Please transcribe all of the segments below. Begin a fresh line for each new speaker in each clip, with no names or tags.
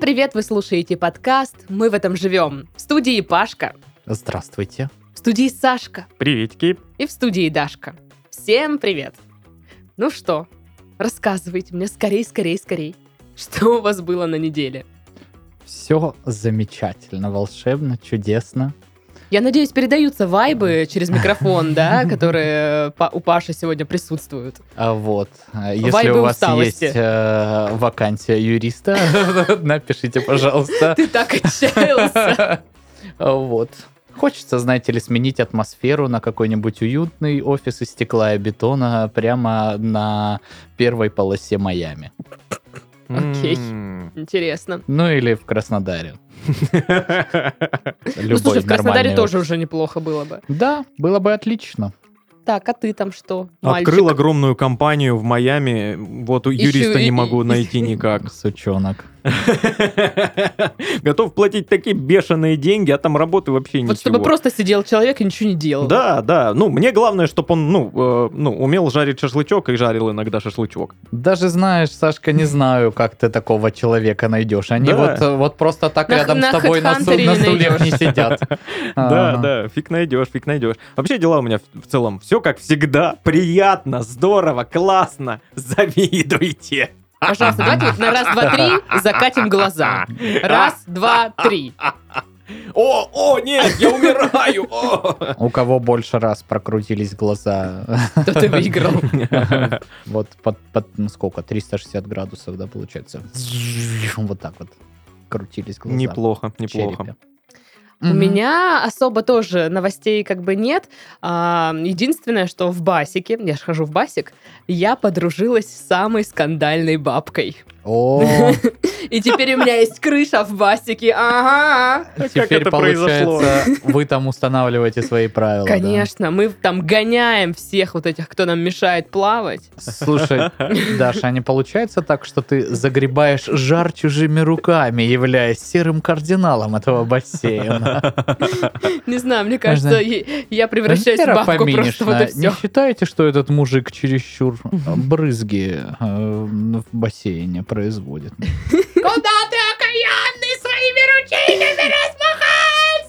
привет! Вы слушаете подкаст «Мы в этом живем». В студии Пашка,
Здравствуйте.
в студии Сашка
Приветики.
и в студии Дашка. Всем привет! Ну что, рассказывайте мне скорей, скорей, скорей, что у вас было на неделе.
Все замечательно, волшебно, чудесно.
Я надеюсь, передаются вайбы через микрофон, да, которые э, па- у Паши сегодня присутствуют.
А вот, а, если
Вайбы
у вас
усталости.
есть э, вакансия юриста, напишите, пожалуйста.
Ты так отчаялся.
А Вот. Хочется, знаете ли, сменить атмосферу на какой-нибудь уютный офис из стекла и бетона прямо на первой полосе Майами.
Окей.
М.
Интересно.
Ну или в Краснодаре. Любой
Ну, слушай, в Краснодаре
нормальный
тоже
офис.
уже неплохо было бы.
Да, было бы отлично.
Так, а ты там что, мальчик?
Открыл огромную компанию в Майами. Вот у
Ещё
юриста
и-
не могу
и-
найти никак.
Как сучонок.
Готов платить такие бешеные деньги, а там работы вообще
Вот чтобы
ничего.
просто сидел человек и ничего не делал.
Да, да. Ну, мне главное, чтобы он, ну, э, ну, умел жарить шашлычок и жарил иногда шашлычок.
Даже знаешь, Сашка, не знаю, как ты такого человека найдешь. Они
Да.
вот, э, вот просто так
На-
рядом
на
с тобой на,
Headhunter
сту- на
не
стульях не сидят.
Да,
А,
да, фиг найдешь, фиг найдешь. Вообще дела у меня в в целом все как всегда. Приятно, здорово, классно. Завидуйте.
Пожалуйста, давайте вот на раз, два, три закатим глаза. Раз, два, три.
О, о, нет, я умираю. о.
У кого больше раз прокрутились глаза,
Кто ты выиграл?
вот под, под, ну, сколько, 360 градусов, да, получается. Вот так вот крутились глаза.
Неплохо,
в черепе. Ну,
неплохо.
У
Мгм.
меня особо тоже новостей как бы нет. А, Единственное, что в басике, я же хожу в басик, я подружилась с самой скандальной бабкой.
О,
И теперь у меня есть крыша в басике. Ага.
теперь
это произошло?
получается, вы там устанавливаете свои правила. да.
Конечно, мы там гоняем всех вот этих, кто нам мешает плавать.
Слушай, Даша, а не получается так, что ты загребаешь жар чужими руками, являясь серым кардиналом этого бассейна?
Не знаю, мне кажется,
Можно?
е- я превращаюсь в
Вера
бабку просто
Фоминишна,
вот и
не
все.
считаете, что этот мужик чересчур э, брызги э, в бассейне производит? А
Куда ты, окаянный, своими ручейками размахался?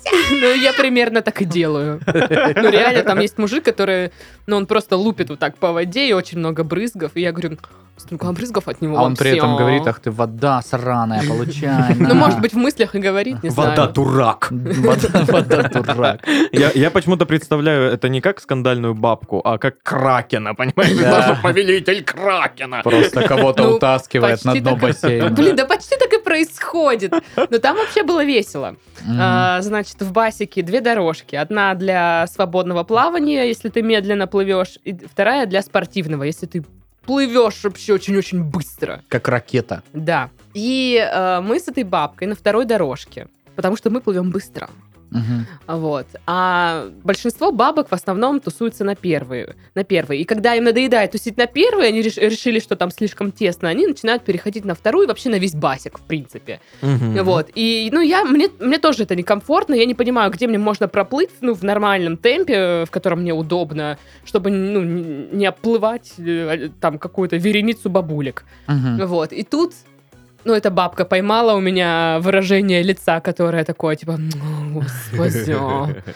Ну, я примерно так и делаю. Ну, реально, там есть мужик, который, ну, он просто лупит вот так по воде, и очень много брызгов. И я говорю, столько брызгов от него
А он при этом
вообще».
говорит, ах ты вода сраная, получай.
Ну,
на».
может быть, в мыслях и говорит, не знаю.
дурак.
Вода, вода, дурак.
Я, я почему-то представляю это не как скандальную бабку, а как кракена, понимаешь?
Да.
Наш повелитель кракена.
Просто кого-то
Ну,
утаскивает на
почти
дно
так.
бассейна.
Блин, да почти так и происходит. Но там вообще было весело.
Мгм.
А, значит, в басике две дорожки. Одна для свободного плавания, если ты медленно плывешь, и вторая для спортивного, если ты плывешь вообще очень-очень быстро.
Как ракета.
Да. И э, мы с этой бабкой на второй дорожке, потому что мы плывем быстро.
Мгм.
Вот. А большинство бабок в основном тусуются на первые, на первой. И когда им надоедает тусить на первой, они реш- решили, что там слишком тесно, они начинают переходить на вторую и вообще на весь басик, в принципе. Вот. И, ну, я, мне, мне тоже это некомфортно. Я не понимаю, где мне можно проплыть, ну, в нормальном темпе, в котором мне удобно, чтобы, ну, н- не оплывать э, там какую-то вереницу бабулек.
Мгм.
Вот. И тут, ну, эта бабка поймала у меня выражение лица, которое такое, типа, «М, господи.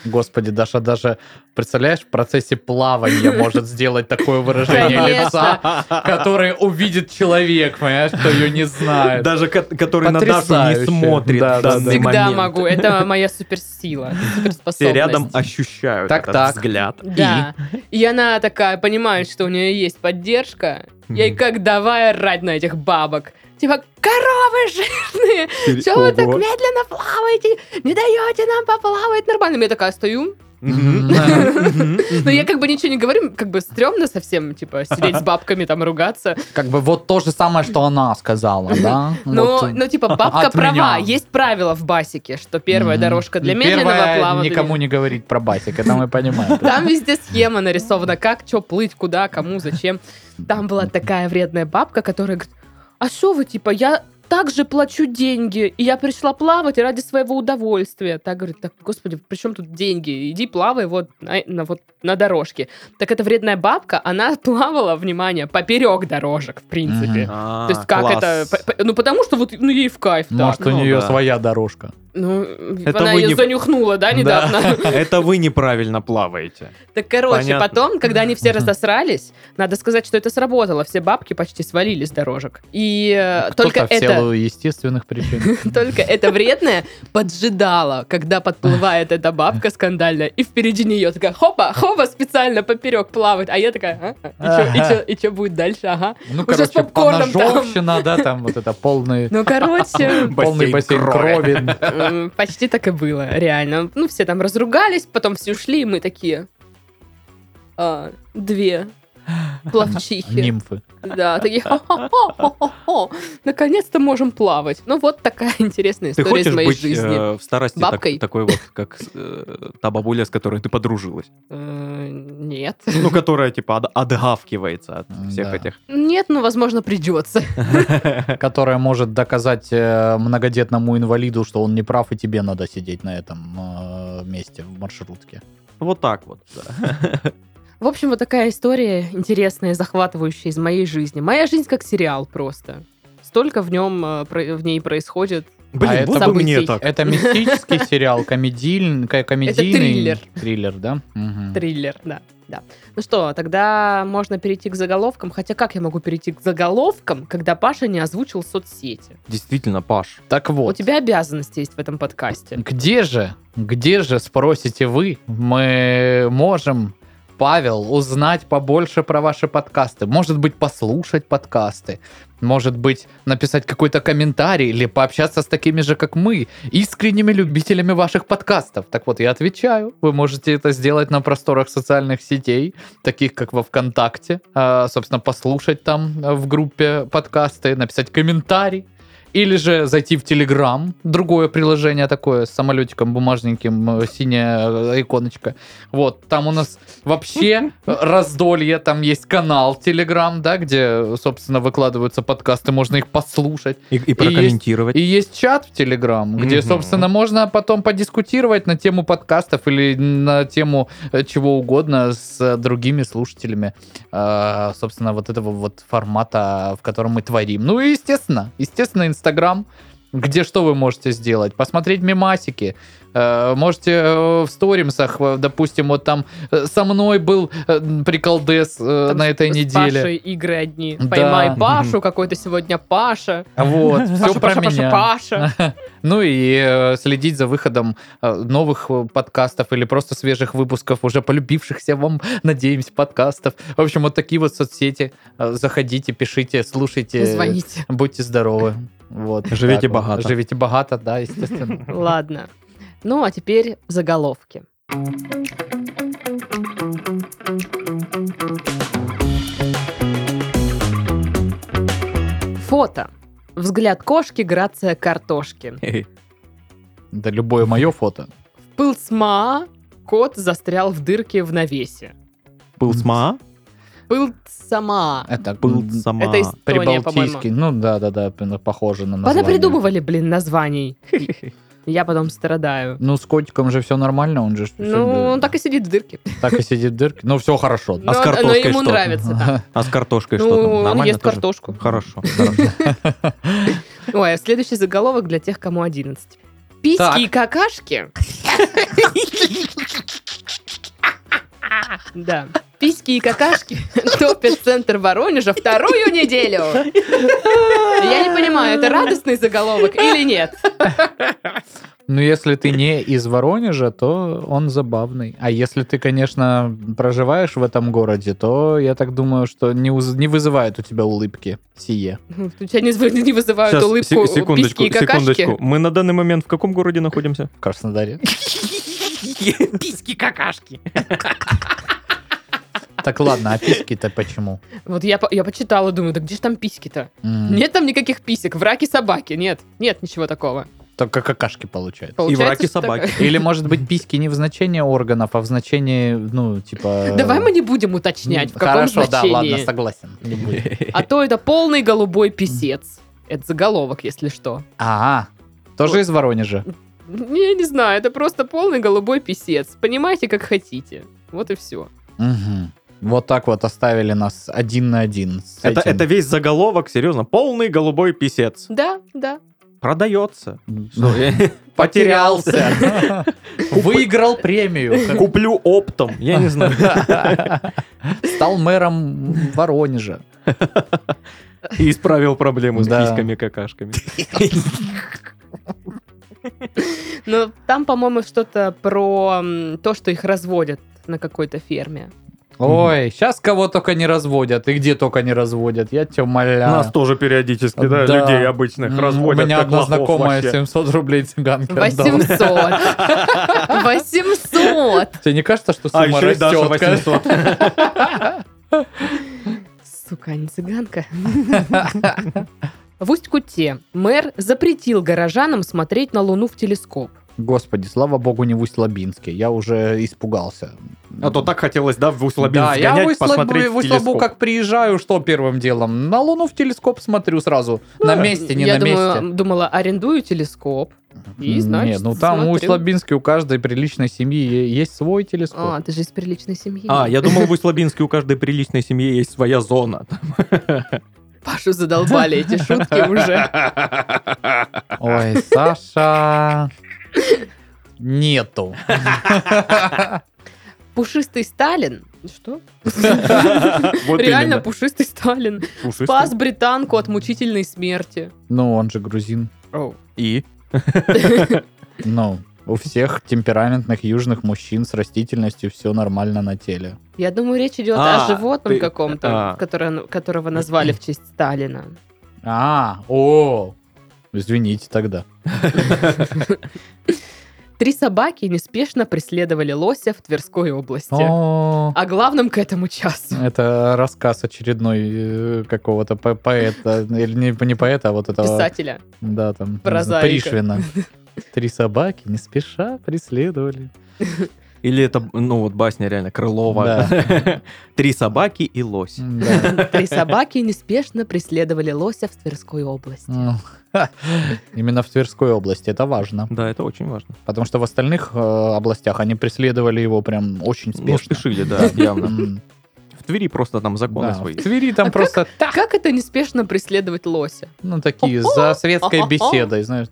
Господи, Даша даже, представляешь, в процессе плавания может сделать такое выражение
Конечно.
лица, которое увидит человек, понимаешь, кто ее не знает.
Даже ко- который на Дашу не
А Потрясающе.
смотрит
Да,
в
да,
данный
Всегда
момент.
могу. Это моя суперсила, суперспособность.
Все рядом а ощущают
Так,
этот
так.
взгляд.
Да. И она такая понимает, что у нее есть поддержка. Я ей как давай орать на этих бабок. Типа, коровы жирные, все вы так
Ого.
медленно плаваете, не даете нам поплавать нормально. Я такая стою,
Мгм. Мгм.
но я как бы ничего не говорю, как бы стрёмно совсем, типа, сидеть с бабками там ругаться.
Как бы вот то же самое, что она сказала, да?
Но,
Вот. э, А,
ну, типа, бабка
От меня.
права, есть правило в басике, что первая
Мгм.
дорожка для
Первое,
медленного плавания.
никому не говорить про басик, это мы понимаем.
Там везде схема нарисована, как, что плыть, куда, кому, зачем. Там была такая вредная бабка, которая говорит, а что вы, типа, я также плачу деньги, и я пришла плавать ради своего удовольствия. Так говорит, так, господи, при чем тут деньги? Иди плавай вот на, на- вот на дорожке. Так эта вредная бабка, она плавала, внимание, поперек дорожек, в принципе.
Мгм.
То
А,
есть как это? П- п- Ну потому что вот ну, ей в кайф так.
Может, у
ну
нее
да.
своя дорожка.
Ну,
Это
она
вы
ее
не-
занюхнула, да, недавно?
Это вы неправильно плаваете.
Так, короче,
Понятно.
потом, когда они все
Мгм.
разосрались, надо сказать, что это сработало. Все бабки почти свалили с дорожек. И э, только
Ну, Кто-то в
это...
силу естественных причин.
Только это вредное поджидало, когда подплывает эта бабка скандальная, и впереди нее такая хопа, хопа, специально поперек плавает. А я такая, а, а, и чё- и чё- и что будет дальше, ага.
Ну,
Уже с
короче,
попкорном там.
поножовщина, да, там вот это полный
Ну, короче,
полный бассейн крови.
Э, Почти так и было, реально. Ну, все там разругались, потом все ушли, и мы такие... а, Две плавчихи.
Нимфы.
Да, такие... «Хо-хо-хо-хо-хо. Наконец-то можем плавать. Ну, вот такая интересная
Ты
история из
хочешь
моей
быть
жизни.
э, в старости так-
бабкой?
такой вот, как э, та бабуля, с которой ты подружилась?
Э, Нет.
Ну, которая, типа, от- отгавкивается от
М,
всех
да.
этих.
Нет, ну, возможно, придется.
которая может доказать э, многодетному инвалиду, что он не прав, и тебе надо сидеть на этом э, месте в маршрутке.
Ну, Вот так вот. да.
В общем, вот такая история интересная, захватывающая из моей жизни. Моя жизнь как сериал просто. Столько в нем, э, про- в ней происходит.
Блин,
это
вот бы мне
событий.
так.
Это мистический сериал, комедийный, ко- комедийный
триллер.
триллер, да? Мгм.
Триллер, да. Да. Ну что, тогда можно перейти к заголовкам. Хотя как я могу перейти к заголовкам, когда Паша не озвучил соцсети?
Действительно, Паш.
Так
У
вот,
тебя обязанности есть в этом подкасте.
где же, где же, спросите вы, мы можем, Павел, узнать побольше про ваши подкасты? Может быть, послушать подкасты? Может быть, написать какой-то комментарий или пообщаться с такими же, как мы, искренними любителями ваших подкастов? Так вот, я отвечаю. Вы можете это сделать на просторах социальных сетей, таких как во ВКонтакте. А, собственно, послушать там э, в группе подкасты, написать комментарий. Или же зайти в Телеграм, другое приложение такое с самолетиком бумажненьким, э, синяя э, иконочка. Вот, там у нас вообще э, раздолье, там есть канал Телеграм, да, где, собственно, выкладываются подкасты, можно их послушать.
И, и прокомментировать.
И есть чат в Телеграм, где,
Мгм.
собственно, можно потом подискутировать на тему подкастов или на тему э, чего угодно с э, другими слушателями, э, собственно, вот этого вот формата, в котором мы творим. Ну и, естественно, естественно, Инстаграм, где что вы можете сделать? Посмотреть мемасики, э, можете э, в сторимсах, э, допустим, вот там э, со мной был э, приколдес э,
Там
на
с-
этой
с
неделе.
Пашей игры одни.
Да.
Поймай
Мгм.
Пашу, какой-то сегодня Паша.
Вот,
Паша,
все про
Паша, Паша,
меня.
Паша.
Ну и э, следить за выходом э, новых э, подкастов или просто свежих выпусков, уже полюбившихся вам, надеемся, подкастов. В общем, вот такие вот соцсети. Э, Заходите, пишите, слушайте.
Звоните.
Будьте здоровы. Вот,
Живите
так вот.
богато.
Живите богато, да, естественно.
Ладно. Ну, а теперь заголовки. Фото. Взгляд кошки, грация картошки.
Да любое мое фото.
В пыл сма кот застрял в дырке в навесе.
Был сма,
Пыл сама.
Это м,
был сама.
Это из Тония,
прибалтийский.
по-моему.
Ну да, да, да, п- похоже на название.
Понапридумывали, блин, названий. Я потом страдаю.
Ну, с котиком же все нормально, он же ж всё
Ну,
бы-
он так и сидит в дырке.
так и сидит в дырке. Ну, все хорошо.
Но,
А с
но
картошкой
ему
что?
нравится там.
А с картошкой
Ну,
что там?
он
Нормально
ест
тоже?
картошку. А
Хорошо. хорошо.
Ой, а следующий заголовок для тех, кому 11. Письки
Так.
и какашки. Да. Письки и какашки топят центр Воронежа вторую неделю. Я не понимаю, это радостный заголовок или нет?
Ну, если ты не из Воронежа, то он забавный. А если ты, конечно, проживаешь в этом городе, то я так думаю, что не, уз- не вызывает у тебя улыбки сие.
У тебя Ну, не зв- не вызывают
Щас,
улыбку
се-
письки
секундочку,
и какашки.
секундочку. Мы на данный момент в каком городе находимся?
В Краснодаре.
Письки какашки.
Так ладно, а письки-то почему?
Вот я по- я почитала, думаю, да где же там письки-то?
М,
Нет там никаких писек, враки собаки, нет, нет ничего такого.
Только какашки получают.
Получается,
враки
что
собаки.
такая-
Или, может быть, письки не в значении органов, а в значении, ну, типа...
Давай мы не будем уточнять, в каком
Хорошо, да, ладно,
значении.
согласен. Не буду.
А то это полный голубой писец. Это заголовок, если что.
А,
Ну,
тоже из Воронежа.
Я не знаю, это просто полный голубой писец. Понимаете, как хотите. Вот и все.
Мгм. Вот так вот оставили нас один на один. с
Это,
этим.
это весь заголовок, серьезно, полный голубой писец.
Да, да.
Продается.
Ну, Потерялся. Выиграл премию.
Куплю оптом, я не знаю.
Стал мэром Воронежа.
И исправил проблему с
Да.
письками-какашками.
Но там, по-моему, что-то про м, то, что их разводят на какой-то ферме.
Ой, сейчас кого только не разводят, и где только не разводят, я тебя умоляю.
Нас тоже периодически, да,
Да.
людей обычных
М,
разводят.
У меня
как
одна
лохов
знакомая
вообще.
700 рублей цыганке отдала.
800. 800.
Тебе не кажется, что
А,
сумма
еще и Даша
растет?
800.
Сука, а не цыганка. В Усть-Куте мэр запретил горожанам смотреть на Луну в телескоп.
Господи, слава богу, не в Усть-Лабинске. Я уже испугался.
А то так хотелось, да, в Усть-Лабинск
Да, я в
сгонять,
Усть-Лаб-
посмотреть
в
в
Усть-Лабу
телескоп.
как приезжаю, что первым делом? На Луну в телескоп смотрю сразу. на
Ну,
месте, не
я
на
думаю,
месте.
думала, арендую телескоп. И, значит,
Не, ну там у
смотрю.
Усть-Лабинске у каждой приличной семьи е- есть свой телескоп.
А, ты же из приличной семьи.
А, я думал, в Усть-Лабинске у каждой приличной семьи есть своя зона.
Пашу задолбали эти шутки уже.
Ой, Саша... Нету.
Пушистый Сталин. Что?
Вот
Реально
именно.
пушистый Сталин.
Пушистый.
Спас британку от мучительной смерти.
Ну, он же грузин.
И?
Ну, у всех темпераментных южных мужчин с растительностью все нормально на теле.
Я думаю, речь идет
А,
о животном
ты-
каком-то,
а.
которое- которого назвали в честь Сталина.
А, о, извините тогда.
Три собаки неспешно преследовали лося в Тверской области.
О,
А главным к этому часу.
это рассказ очередной э, какого-то по- поэта, или не, не поэта, а вот этого...
Писателя.
Да, там,
Прозаика.
Пришвина. Три собаки не спеша преследовали.
Или это, ну вот басня реально, Крылова. Три собаки и лось.
Да.
Три собаки неспешно преследовали лося в Тверской области.
М, Ну, ха. Именно в Тверской области, это важно.
Да, это очень важно.
Потому что в остальных э, областях они преследовали его прям очень
Ну,
спешно.
спешили, да, явно.
М,
В Твери просто там законы
да,
свои.
В Твери там
А
просто так,
Как это неспешно преследовать лося?
ну, такие, за светской беседой, знаешь.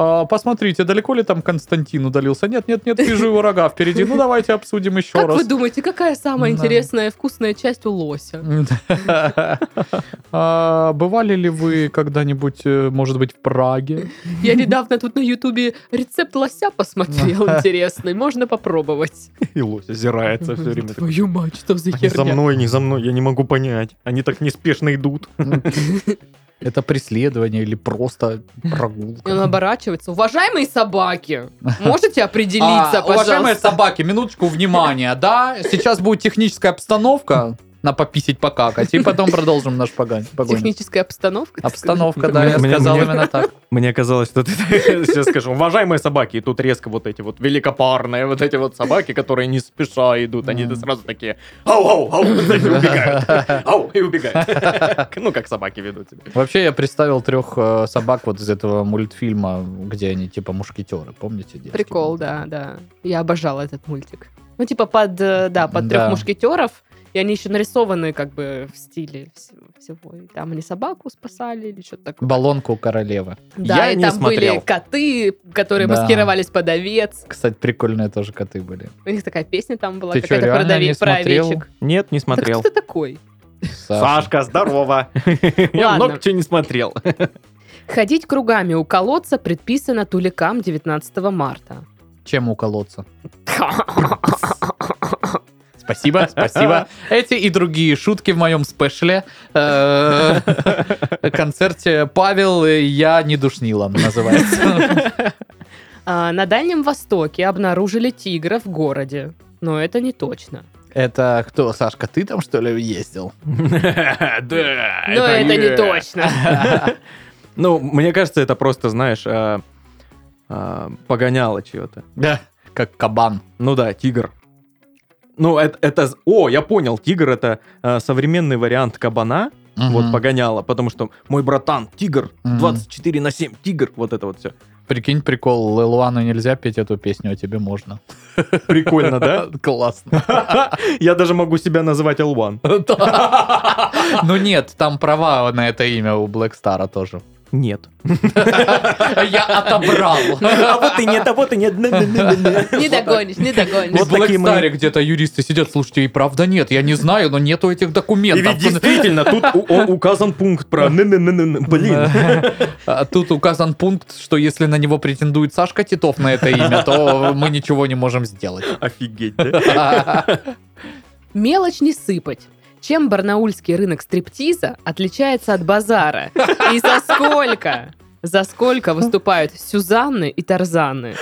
«А, Посмотрите, далеко ли там Константин удалился? Нет, нет, нет, вижу его рога впереди. Ну, давайте обсудим еще
Как
раз.
вы думаете, какая самая
Да.
интересная и вкусная часть у лося?
А, Бывали ли вы когда-нибудь, э, может быть, в Праге?
Я недавно тут на Ютубе рецепт лося посмотрел, интересный. Можно попробовать.
И лось
А
озирается все время. такой,
Твою мать, что за
Не за
херня?
мной, не за мной, я не могу понять. Они так неспешно идут.
Это преследование или просто
И он
прогулка?
оборачивается. Уважаемые собаки, можете определиться,
А, Уважаемые
пожалуйста?
собаки, минуточку внимания, да? Сейчас будет техническая обстановка на пописить, покакать, и потом продолжим наш погонь. погоню.
Техническая обстановка. так
Обстановка, да, я
Мне-
сказал
мне-
именно так.
Мне казалось, что ты сейчас скажешь, уважаемые собаки, и тут резко вот эти вот великопарные, вот эти вот собаки, которые не спеша идут, они
Да.
сразу такие, ау-ау, ау, знаешь, и убегают, ау, и убегают. Ну, как собаки ведут себя.
Вообще, я представил трех э, собак вот из этого мультфильма, где они типа мушкетеры, помните? детский?
Прикол, да, да. Я обожала этот мультик. Ну, типа под, э, да, под трех
Да.
мушкетеров. И они еще нарисованы как бы в стиле вс- всего. И там они собаку спасали или что-то такое.
Баллонку королевы.
Да,
Я
и
не
там были
смотрел.
коты, которые
Да.
маскировались под овец.
Кстати, прикольные тоже коты были.
У них такая песня там была,
Ты чё,
какая-то
реально
про,
не
дове- про
смотрел?
овечек.
Нет, не
Да кто
смотрел.
ты такой?
Саша.
Сашка, здорово. Я
Ладно.
много чего не смотрел.
Ходить кругами у колодца предписано туликам 19 марта.
Чем уколоться? Спасибо, спасибо. Эти и другие шутки в моем спешле. э, Концерте Павел и я не душнила, называется.
А, на Дальнем Востоке обнаружили тигра в городе. Но это не точно.
Это кто, Сашка, ты там что ли ездил?
Да. А
Но это не точно.
Ну, мне кажется, это просто, знаешь, а, а, погоняло чего-то.
Да. Как кабан.
Ну да, тигр. Ну, это, это... О, я понял, тигр — это а, современный э, вариант кабана,
Мгм.
вот погоняла, потому что мой братан, тигр,
Мгм.
24 на 7, тигр, вот это вот все.
Прикинь, прикол, Лилуану нельзя петь эту песню, а тебе можно.
Прикольно, да?
Классно.
Я даже могу себя называть L1.
Да. Ну нет, там права на это имя у Блэк Стара тоже.
Нет.
Я отобрал.
А вот и нет, а вот и нет.
Не догонишь, не догонишь.
Вот
Вот такие
Блэк
мы-
Старе где-то юристы сидят, слушайте, и правда нет, я не знаю, но нету этих
И
документов.
ведь действительно, тут у- о- указан пункт про ны-ны-ны-ны-ны. Блин.
А Тут указан пункт, что если на него претендует Сашка Титов на это имя, то мы ничего не можем сделать.
Офигеть, да?
Мелочь не сыпать. Чем барнаульский рынок стриптиза отличается от базара? И за сколько? За сколько выступают Сюзанны и Тарзаны?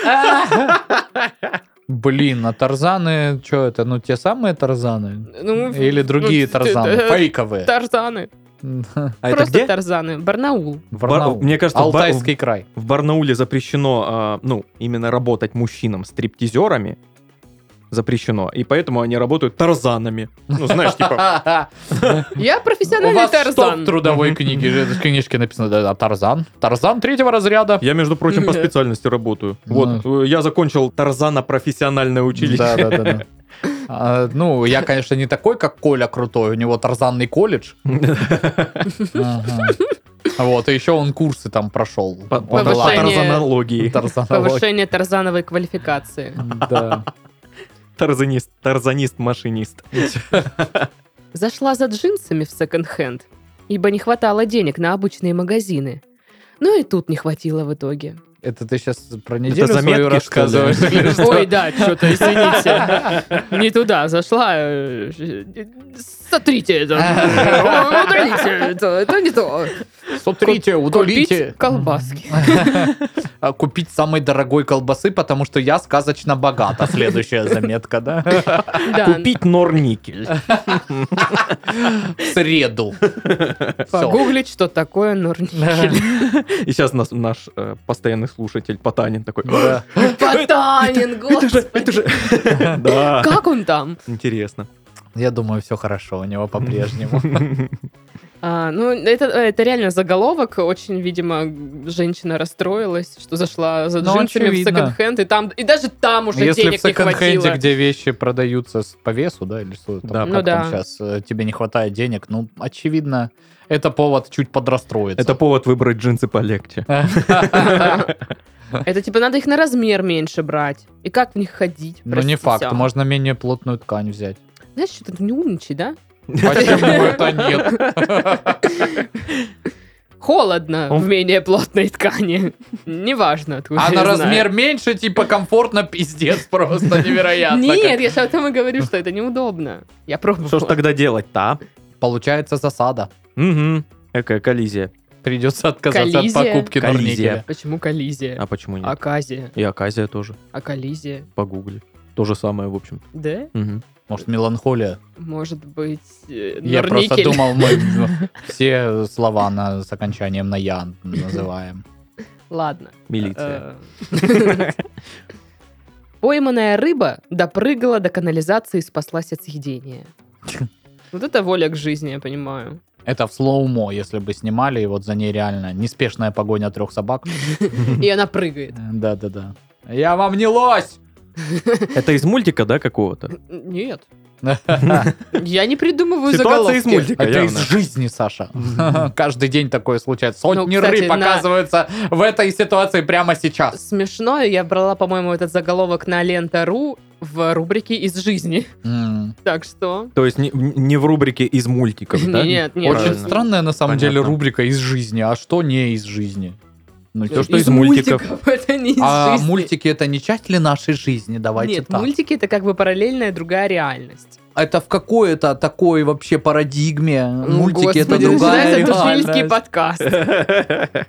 Блин, а Тарзаны, что это, ну те самые Тарзаны?
Ну,
Или другие
ну,
Тарзаны,
э,
фейковые?
Тарзаны.
А это
Просто
где?
Тарзаны. Барнаул.
Барнаул.
Мне кажется, в Бар-
Алтайский край.
в Барнауле запрещено, а, ну, именно работать мужчинам стриптизерами. Запрещено. И поэтому они работают тарзанами. Ну, знаешь, типа...
Я
У
профессиональный
вас что в
Тарзан.
трудовой
Мгм.
книге, в книжке написано, да, да, Тарзан? Тарзан третьего разряда.
Я, между прочим, по
Мгм.
специальности работаю.
Ну.
Вот, э, я закончил Тарзана профессиональное училище.
Да, да, да, да. А, ну, я, конечно, не такой, как Коля крутой, у него Тарзанный колледж. Ага. Вот, и еще он курсы там прошел.
По, по- по
Повышение.
тарзанологии.
Тарзанология.
Повышение тарзановой квалификации.
Да.
Тарзанист, тарзанист-машинист.
Зашла за джинсами в секонд-хенд, ибо не хватало денег на обычные магазины. Ну и тут не хватило в итоге.
Это ты сейчас про неделю
заметки,
свою
что ли?
рассказываешь? или что?
Ой, да, что-то, извините. Не туда зашла. э, э, Сотрите это. э, Удалите это. Это не то.
Сотрите, удалите.
Купить колбаски.
А Купить самой дорогой колбасы, потому что я сказочно богата. А Следующая заметка, да?
Да.
Купить норникель.
В среду. Всё.
Погуглить, что такое норникель.
И сейчас нас, наш э, постоянный слушатель Потанин такой...
Да.
Потанин,
Это же, это
господи.
же... Да.
Как он там?
Интересно.
Я думаю, все хорошо у него по-прежнему.
А, ну, это, это реально заголовок. Очень, видимо, женщина расстроилась, что зашла за
Ну,
джинсами в
очевидно. Ну,
секонд-хенд, и, там, и даже там уже
Если в
денег не
секонд-хенде,
хватило.
где вещи продаются с- по весу, да, или что там,
Да,
как
Ну да.
там сейчас, тебе не хватает денег, ну, очевидно, это повод чуть подрастроиться. Ну,
Это повод выбрать джинсы полегче.
Это типа надо их на размер меньше брать. И как в них ходить?
Но Ну, не
простите,
факт,
а.
можно менее плотную ткань взять.
Знаешь, что ты не умничай, да?
Почему это нет?
Холодно
Он-
в менее плотной ткани. Неважно. откуда
А
я
на
знаю.
размер меньше, типа, комфортно, пиздец, просто невероятно.
Нет, я же о том и говорю, что это неудобно. Я пробовала.
Что ж тогда делать-то, а?
Получается засада.
Мгм. Экая коллизия.
Придется отказаться от
Коллизия.
покупки
Коллизия.
норникеля.
Почему коллизия?
А почему нет?
Аказия.
И Аказия тоже.
А коллизия?
Погугли. То же самое, в общем.
Да?
Мгм.
Может, меланхолия?
Может быть, э,
Я просто
норникель?
думал, мы все слова на, с окончанием на «я» называем.
Ладно.
Милиция.
Э. Пойманная рыба допрыгала до канализации и спаслась от съедения. Вот это воля к жизни, я понимаю.
Это в слоумо, если бы снимали, и вот за ней реально неспешная погоня трех собак. Э,
И она прыгает.
Да-да-да. Я вам не лось!
Это из мультика, да, какого-то?
Нет.
Это
Я не придумываю
Ситуация из
заголовки.
мультика,
из
явно.
жизни, Саша. Каждый день такое случается. Сотни
Ну, кстати,
рыб
на-
оказываются в этой ситуации прямо сейчас.
Смешно, я брала, по-моему, этот заголовок на лента.ру в рубрике «Из жизни».
М.
Так что...
То есть не, не в рубрике из мультиков, да?
Нет, нет.
Очень
Правильно.
странная, на самом
Понятно.
деле, рубрика из жизни. А что не из жизни? Ну,
То,
тё,
что из мультиков.
Это не из
А
жизни.
мультики это не часть ли нашей жизни? Давайте
Нет,
так.
мультики это как бы параллельная другая реальность.
Это в какой-то такой вообще парадигме. Мультики
Ну,
это
Господи,
другая
начинается
реальность.
тушильский подкаст.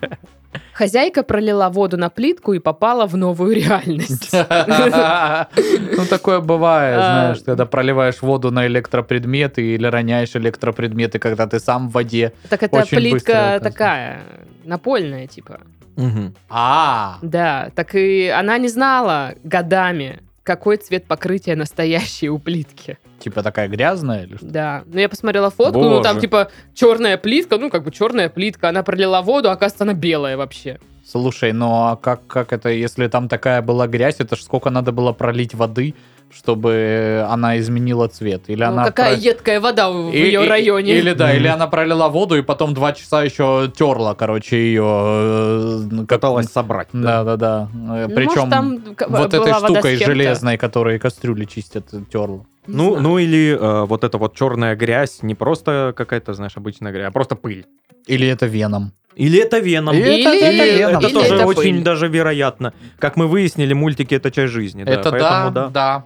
Хозяйка пролила воду на плитку и попала в новую реальность.
Ну, такое бывает,
А.
знаешь, когда проливаешь воду на электропредметы или роняешь электропредметы, когда ты сам в воде.
Так это
Очень быстро,
плитка
оказывается.
такая, напольная типа.
Мгм.
А,
Да, так и она не знала годами, какой цвет покрытия настоящий у плитки.
Типа такая грязная или что?
Да. Ну, я посмотрела фотку, ну, там,
Боже.
типа, черная плитка, ну, как бы черная плитка, она пролила воду, а оказывается, она белая вообще.
Слушай, ну а как, как это, если там такая была грязь, это ж сколько надо было пролить воды, чтобы она изменила цвет? Или
Ну,
она
какая
про-
едкая вода в, в
И-
ее
и-
районе.
Или да,
Мгм.
или она пролила воду и потом два часа еще терла, короче, ее.
Пыталась собрать.
Да, да, да. Э,
Ну, может,
Причем
там к-
вот
была
этой
вода с
штукой
чем-то.
железной, которой кастрюли чистят, терла.
Не
Ну,
знаю.
ну или э, вот эта вот черная грязь, не просто какая-то, знаешь, обычная грязь, а просто пыль.
Или это веном.
Или это веном.
Или
И
это веном.
это
Или
тоже
это
очень
пыль.
даже вероятно. Как мы выяснили, мультики это часть жизни. да,
это да,
поэтому
да,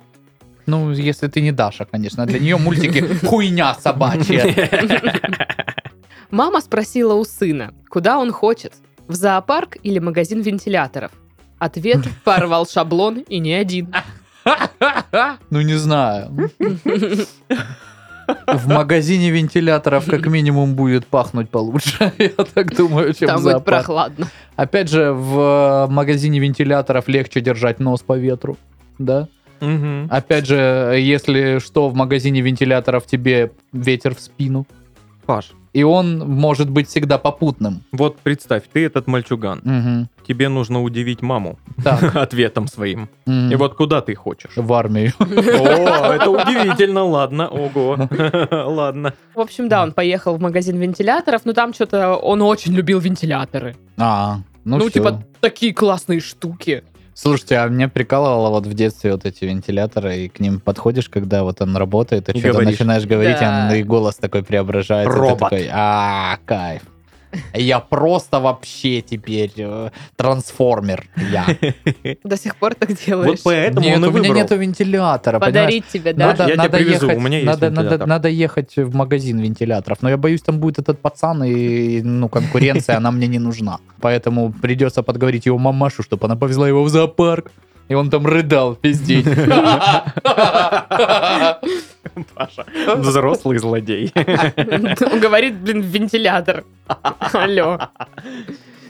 Ну, если ты не Даша, конечно. Для нее мультики хуйня собачья.
Мама спросила у сына, куда он хочет, в зоопарк или магазин вентиляторов. Ответ порвал шаблон и не один.
Ну, не знаю. В магазине вентиляторов как минимум будет пахнуть получше, я так думаю, чем
Там
в
будет
зоопарке.
прохладно.
Опять же, в э, магазине вентиляторов легче держать нос по ветру, да?
Мгм.
Опять же, если что, в магазине вентиляторов тебе ветер в спину,
Паш,
и он может быть всегда попутным.
вот представь, ты этот мальчуган.
Мгм.
Тебе нужно удивить маму
Так.
ответом своим.
Мгм.
И вот куда ты хочешь?
в армию.
О, это удивительно, ладно, ого, ладно.
В общем, да, он поехал в магазин вентиляторов, но там что-то он очень любил вентиляторы.
А, ну,
Ну,
всё.
типа, такие классные штуки.
Слушайте, а меня прикалывало вот в детстве вот эти вентиляторы, и к ним подходишь, когда вот он работает, и
И
что-то
говоришь.
начинаешь говорить,
Да.
а он и голос такой преображается. и ты
Робот.
такой, а, кайф. Я просто вообще теперь э, трансформер. Я.
До сих пор так делаешь.
Вот поэтому
Нет,
он и
у меня
выбрал.
нету вентилятора, понимаешь? Ну
Подарить тебе, да.
Надо- Я тебе привезу,
ехать,
у меня есть
надо, надо,
вентилятор.
надо ехать в магазин вентиляторов. Но я боюсь, там будет этот пацан, и ну, конкуренция, она мне не нужна. Поэтому придется подговорить его мамашу, чтобы она повезла его в зоопарк. И он там рыдал весь день.
Паша, взрослый злодей.
Он говорит, блин, вентилятор. Алло.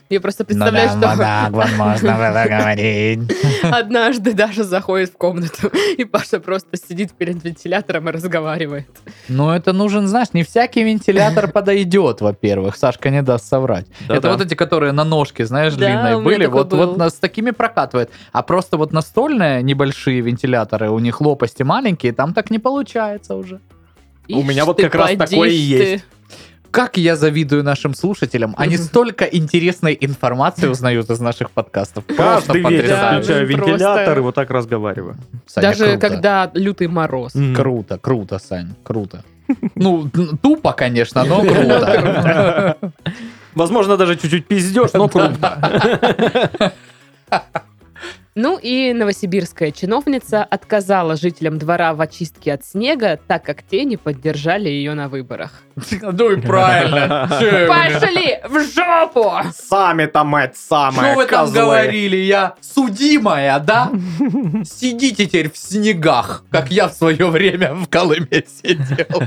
Я просто представляю,
Ну да, ну
что
да, вот можно было говорить.
однажды Даша заходит в комнату, и Паша просто сидит перед вентилятором и разговаривает.
Но Ну, это нужен, знаешь, не всякий вентилятор подойдет, во-первых. Сашка не даст соврать. Это вот эти, которые на ножке, знаешь,
Да,
длинные
у меня
были.
такой
Вот, вот
был.
нас с такими прокатывает. А просто вот настольные небольшие вентиляторы, у них лопасти маленькие, там так не получается уже.
У
Ишь
меня вот
ты,
как раз
подишь
такое и есть.
ты.
Как я завидую нашим слушателям. Они столько интересной информации узнают из наших подкастов. Просто
Каждый вечер
потрясающе.
включаю
Да, ну
вентилятор
просто.
и вот так разговариваю.
Саня,
Даже
круто.
когда лютый мороз.
Круто, круто, Сань, круто. Ну, н- тупо, конечно, но круто.
Возможно, даже чуть-чуть пиздешь, но круто.
Ну и новосибирская чиновница отказала жителям двора в очистке от снега, так как те не поддержали ее на выборах.
Ну и правильно.
Э,
Чё я-
Пошли в жопу!
Сами там
А
это самое,
Что вы там говорили? Я судимая, да? Сидите теперь в снегах, как я в свое время в Колыме сидел.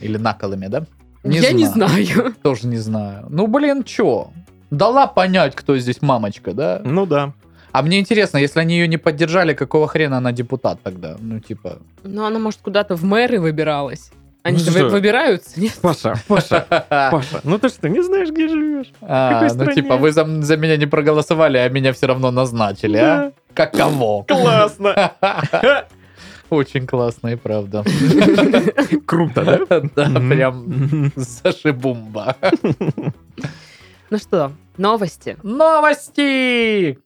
Или на Колыме, да?
Я не знаю.
Тоже не знаю. Ну, блин, чё? Дала понять, кто здесь мамочка, да?
Ну да.
А мне интересно, если они ее не поддержали, какого хрена она депутат тогда? Ну, типа...
Но она, может, куда-то в мэры выбиралась. Они
Ну
же
что?
вы- выбираются, нет?
Паша, Паша, Паша, ну ты что, не знаешь, где живешь?
А,
какой
ну,
стране?
типа, вы за, м- за меня не проголосовали, а меня все равно назначили, а? Каково?
Классно.
Очень классно и правда.
Круто, да?
Да, прям
Мгм.
зашибумба.
Ну что, новости?
Новости!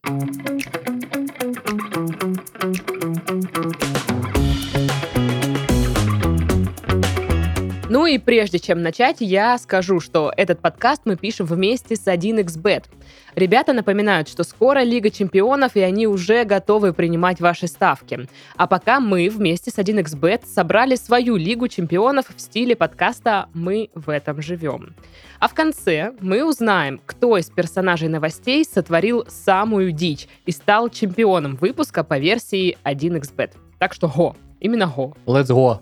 Ну и прежде чем начать, я скажу, что этот подкаст мы пишем вместе с 1xbet. Ребята напоминают, что скоро Лига Чемпионов, и они уже готовы принимать ваши ставки. А пока мы вместе с 1xbet собрали свою Лигу Чемпионов в стиле подкаста «Мы в этом живем». А в конце мы узнаем, кто из персонажей новостей сотворил самую дичь и стал чемпионом выпуска по версии 1xbet. Так что го, именно го.
Let's go.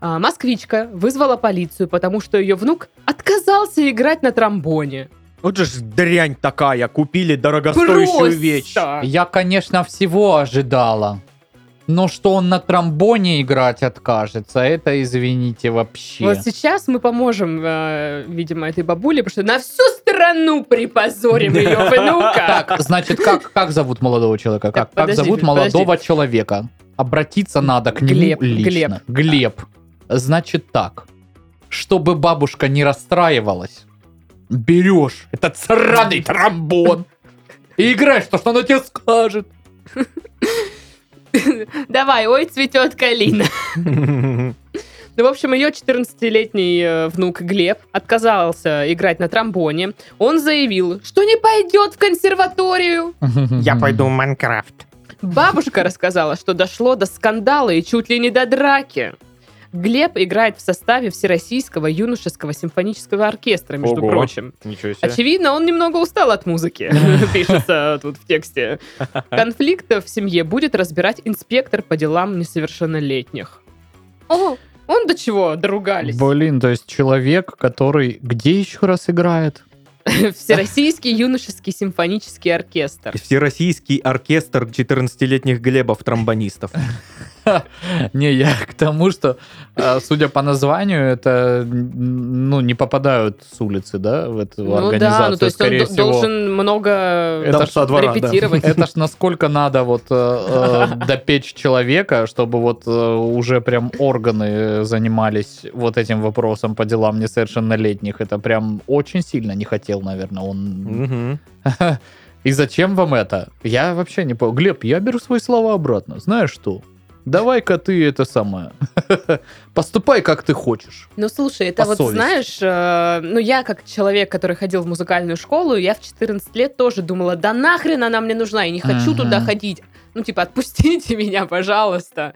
А, москвичка вызвала полицию, потому что ее внук отказался играть на тромбоне.
Вот же ж дрянь такая, купили дорогостоящую
Просто!
вещь.
Я, конечно, всего ожидала. Но что он на тромбоне играть откажется, это, извините, вообще.
Вот сейчас мы поможем, э, видимо, этой бабуле, потому что на всю страну припозорим ее внука.
Так, значит, как, как зовут молодого человека? Как,
Так,
как
подожди,
зовут
подожди.
молодого человека? Обратиться надо к нему
Глеб,
лично. Глеб. Значит так, чтобы бабушка не расстраивалась, берешь этот сраный тромбон и играешь то, что она тебе скажет.
Давай, ой, цветет калина. Ну, в общем, ее 14-летний э, внук Глеб отказался играть на тромбоне. Он заявил, что не пойдет в консерваторию.
Я пойду в Майнкрафт.
Бабушка рассказала, что дошло до скандала и чуть ли не до драки. Глеб играет в составе Всероссийского юношеского симфонического оркестра, между
Ого.
прочим.
Ничего себе.
Очевидно, он немного устал от музыки, пишется тут в тексте. Конфликт в семье будет разбирать инспектор по делам несовершеннолетних. О, он до чего доругались?
Блин, то есть человек, который где еще раз играет?
Всероссийский юношеский симфонический оркестр.
Всероссийский оркестр 14-летних Глебов-тромбонистов.
Не, я к тому, что, э, судя по названию, это м, ну не попадают с улицы, да, в эту
Ну
организацию,
да, ну то есть он
скорее
до-
всего.
должен много
Это
там,
ж со
двора, да.
репетировать.
Это ж насколько надо вот э, э, допечь человека, чтобы вот э, уже прям органы э, занимались вот этим вопросом по делам несовершеннолетних. Это прям очень сильно не хотел, наверное, он.
Мгм.
И зачем вам это? Я вообще не понял. Глеб, я беру свои слова обратно. Знаешь что? Давай-ка ты это самое. Поступай, как ты хочешь.
Ну, слушай, это
По
вот,
совести.
знаешь, э, ну, я как человек, который ходил в музыкальную школу, я в 14 лет тоже думала, да нахрен она мне нужна, я не хочу
Мгм.
туда ходить. Ну, типа, отпустите меня, пожалуйста.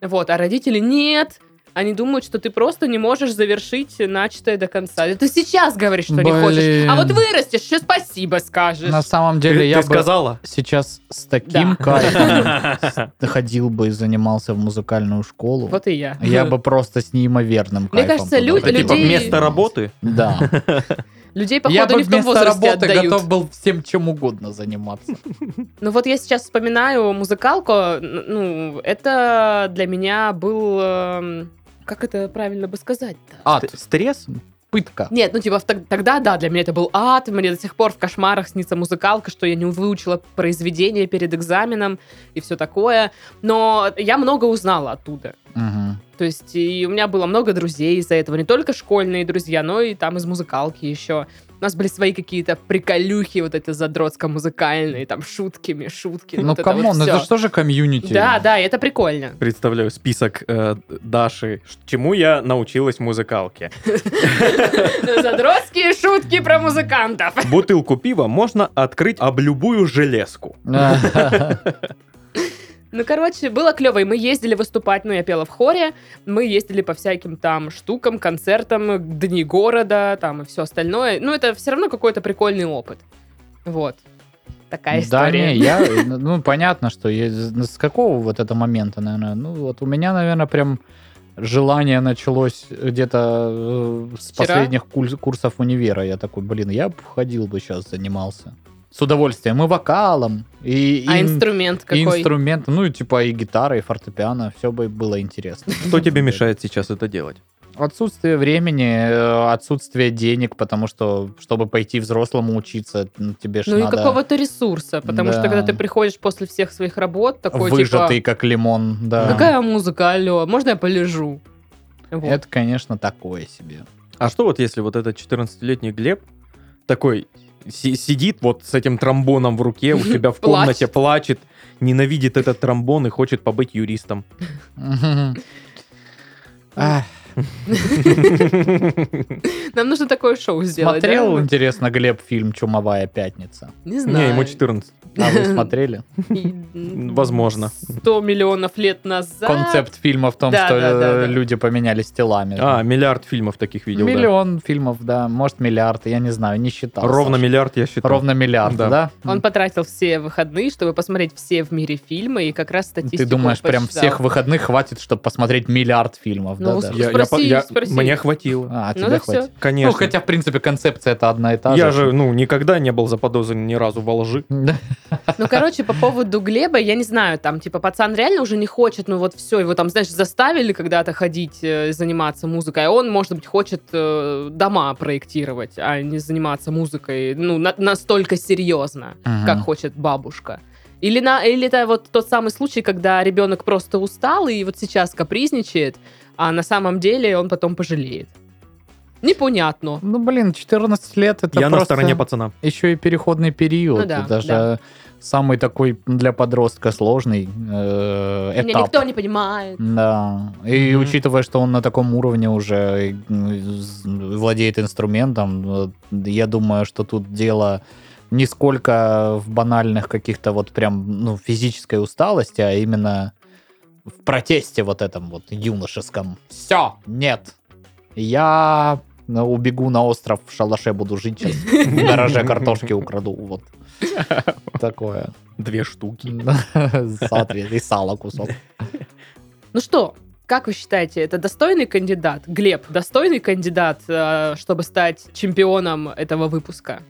Вот, а родители, нет, они думают, что ты просто не можешь завершить начатое до конца. Ты сейчас говоришь, что не
Блин.
хочешь, а вот вырастешь, еще спасибо скажешь.
На самом
Ты-
деле я
Ты
бы
сказала?
сейчас с таким кайфом ходил бы и занимался в музыкальную школу.
Вот и я.
Я бы просто с неимоверным
Мне
кайфом
кажется,
туда
лю-
пошел.
Типа
людей-
вместо работы?
Да.
Людей,
Я
походу,
бы
не в том
вместо
возрасте
работы
отдают.
готов был всем чем угодно заниматься.
Ну вот я сейчас вспоминаю музыкалку, н- ну, это для меня был, эм, как это правильно бы сказать-то?
Ад,
Т- Стресс?
пытка.
Нет, ну типа в тог- тогда, да, для меня это был ад, мне до сих пор в кошмарах снится музыкалка, что я не выучила произведение перед экзаменом и все такое, но я много узнала оттуда.
Мгм.
То есть и у меня было много друзей из-за этого, не только школьные друзья, но и там из музыкалки еще. У нас были свои какие-то приколюхи вот эти задротско-музыкальные, там шутками, шутки.
Ну
вот это вот
камон,
всё.
это же тоже комьюнити.
Да, да, и это прикольно.
Представляю список э, Даши, ш- чему я научилась в музыкалке.
Задротские шутки про музыкантов.
Бутылку пива можно открыть об любую железку.
Ну, короче, было клево, и мы ездили выступать, ну, я пела в хоре, мы ездили по всяким там штукам, концертам, дни города, там, и все остальное. Ну, это все равно какой-то прикольный опыт. Вот. Такая
Да,
история.
не, я, ну, понятно, что я- с какого вот это момента, наверное, ну, вот у меня, наверное, прям желание началось где-то э, с
Вчера?
последних куль- курсов универа. Я такой, блин, я бы ходил бы сейчас, занимался. С удовольствием и вокалом, и,
А
и-
инструмент
и
какой?
инструмент, ну, и типа и гитара, и фортепиано, все бы было интересно.
Что тебе мешает сейчас это делать?
Отсутствие времени, э, отсутствие денег, потому что, чтобы пойти взрослому учиться, ну, тебе же
Ну и
надо
какого-то ресурса, потому что
Да.
когда ты приходишь после всех своих работ, такой
выжатый,
типа,
как лимон. Да.
какая музыка, алло, можно я полежу? Вот.
Это, конечно, такое себе.
А что вот если вот этот 14-летний Глеб такой си- сидит вот с этим тромбоном в руке, у тебя в комнате плачет, ненавидит этот тромбон и хочет побыть юристом?
Ах,
Нам нужно такое шоу сделать.
Смотрел,
да?
интересно, Глеб фильм «Чумовая пятница».
Не знаю.
Не, ему 14.
А вы смотрели?
И-
Возможно.
100 миллионов лет назад.
Концепт фильма в том,
Да,
что
да, да,
э,
да.
люди поменялись телами.
А, миллиард фильмов таких видел, да.
Миллион фильмов, да. Может, миллиард, я не знаю, не считал.
Ровно
Саша.
миллиард, я считаю.
Ровно миллиард,
Да.
да?
Он потратил все выходные, чтобы посмотреть все в мире фильмы, и как раз статистику
Ты думаешь,
он
прям
посчитал.
всех выходных хватит, чтобы посмотреть миллиард фильмов,
Ну,
да?
с-
даже?
Я- я по-
спроси,
я-
спроси.
Мне хватило.
А,
Ну
тебя
так
хватит.
всё.
Конечно.
Ну, хотя, в принципе, концепция это одна и та же.
я же, ну, никогда не был заподозрен ни разу во лжи.
Да.
Ну, короче, по поводу Глеба, я не знаю, там, типа, пацан реально уже не хочет, ну, вот все, его там, знаешь, заставили когда-то ходить, э, заниматься музыкой, а он, может быть, хочет э, дома проектировать, а не заниматься музыкой, ну, на- настолько серьезно,
Мгм.
как хочет бабушка. Или, на, или это вот тот самый случай, когда ребенок просто устал и вот сейчас капризничает, а на самом деле он потом пожалеет. Непонятно.
Ну, блин, 14 лет это
я на
просто
стороне пацана.
еще и переходный период.
Ну да,
даже
да.
самый такой для подростка сложный э,
Меня
этап.
никто не понимает.
Да. И
Мгм.
учитывая, что он на таком уровне уже э, з- владеет инструментом, э, я думаю, что тут дело не сколько в банальных каких-то вот прям ну, физической усталости, а именно в протесте вот этом вот юношеском. Все, нет. Я ну, убегу на остров в шалаше, буду жить сейчас. В гараже картошки украду. Вот. Такое.
Две штуки.
Соответственно, и сало кусок.
Ну что, как вы считаете, это достойный кандидат? Глеб, достойный кандидат, э, чтобы стать чемпионом этого выпуска?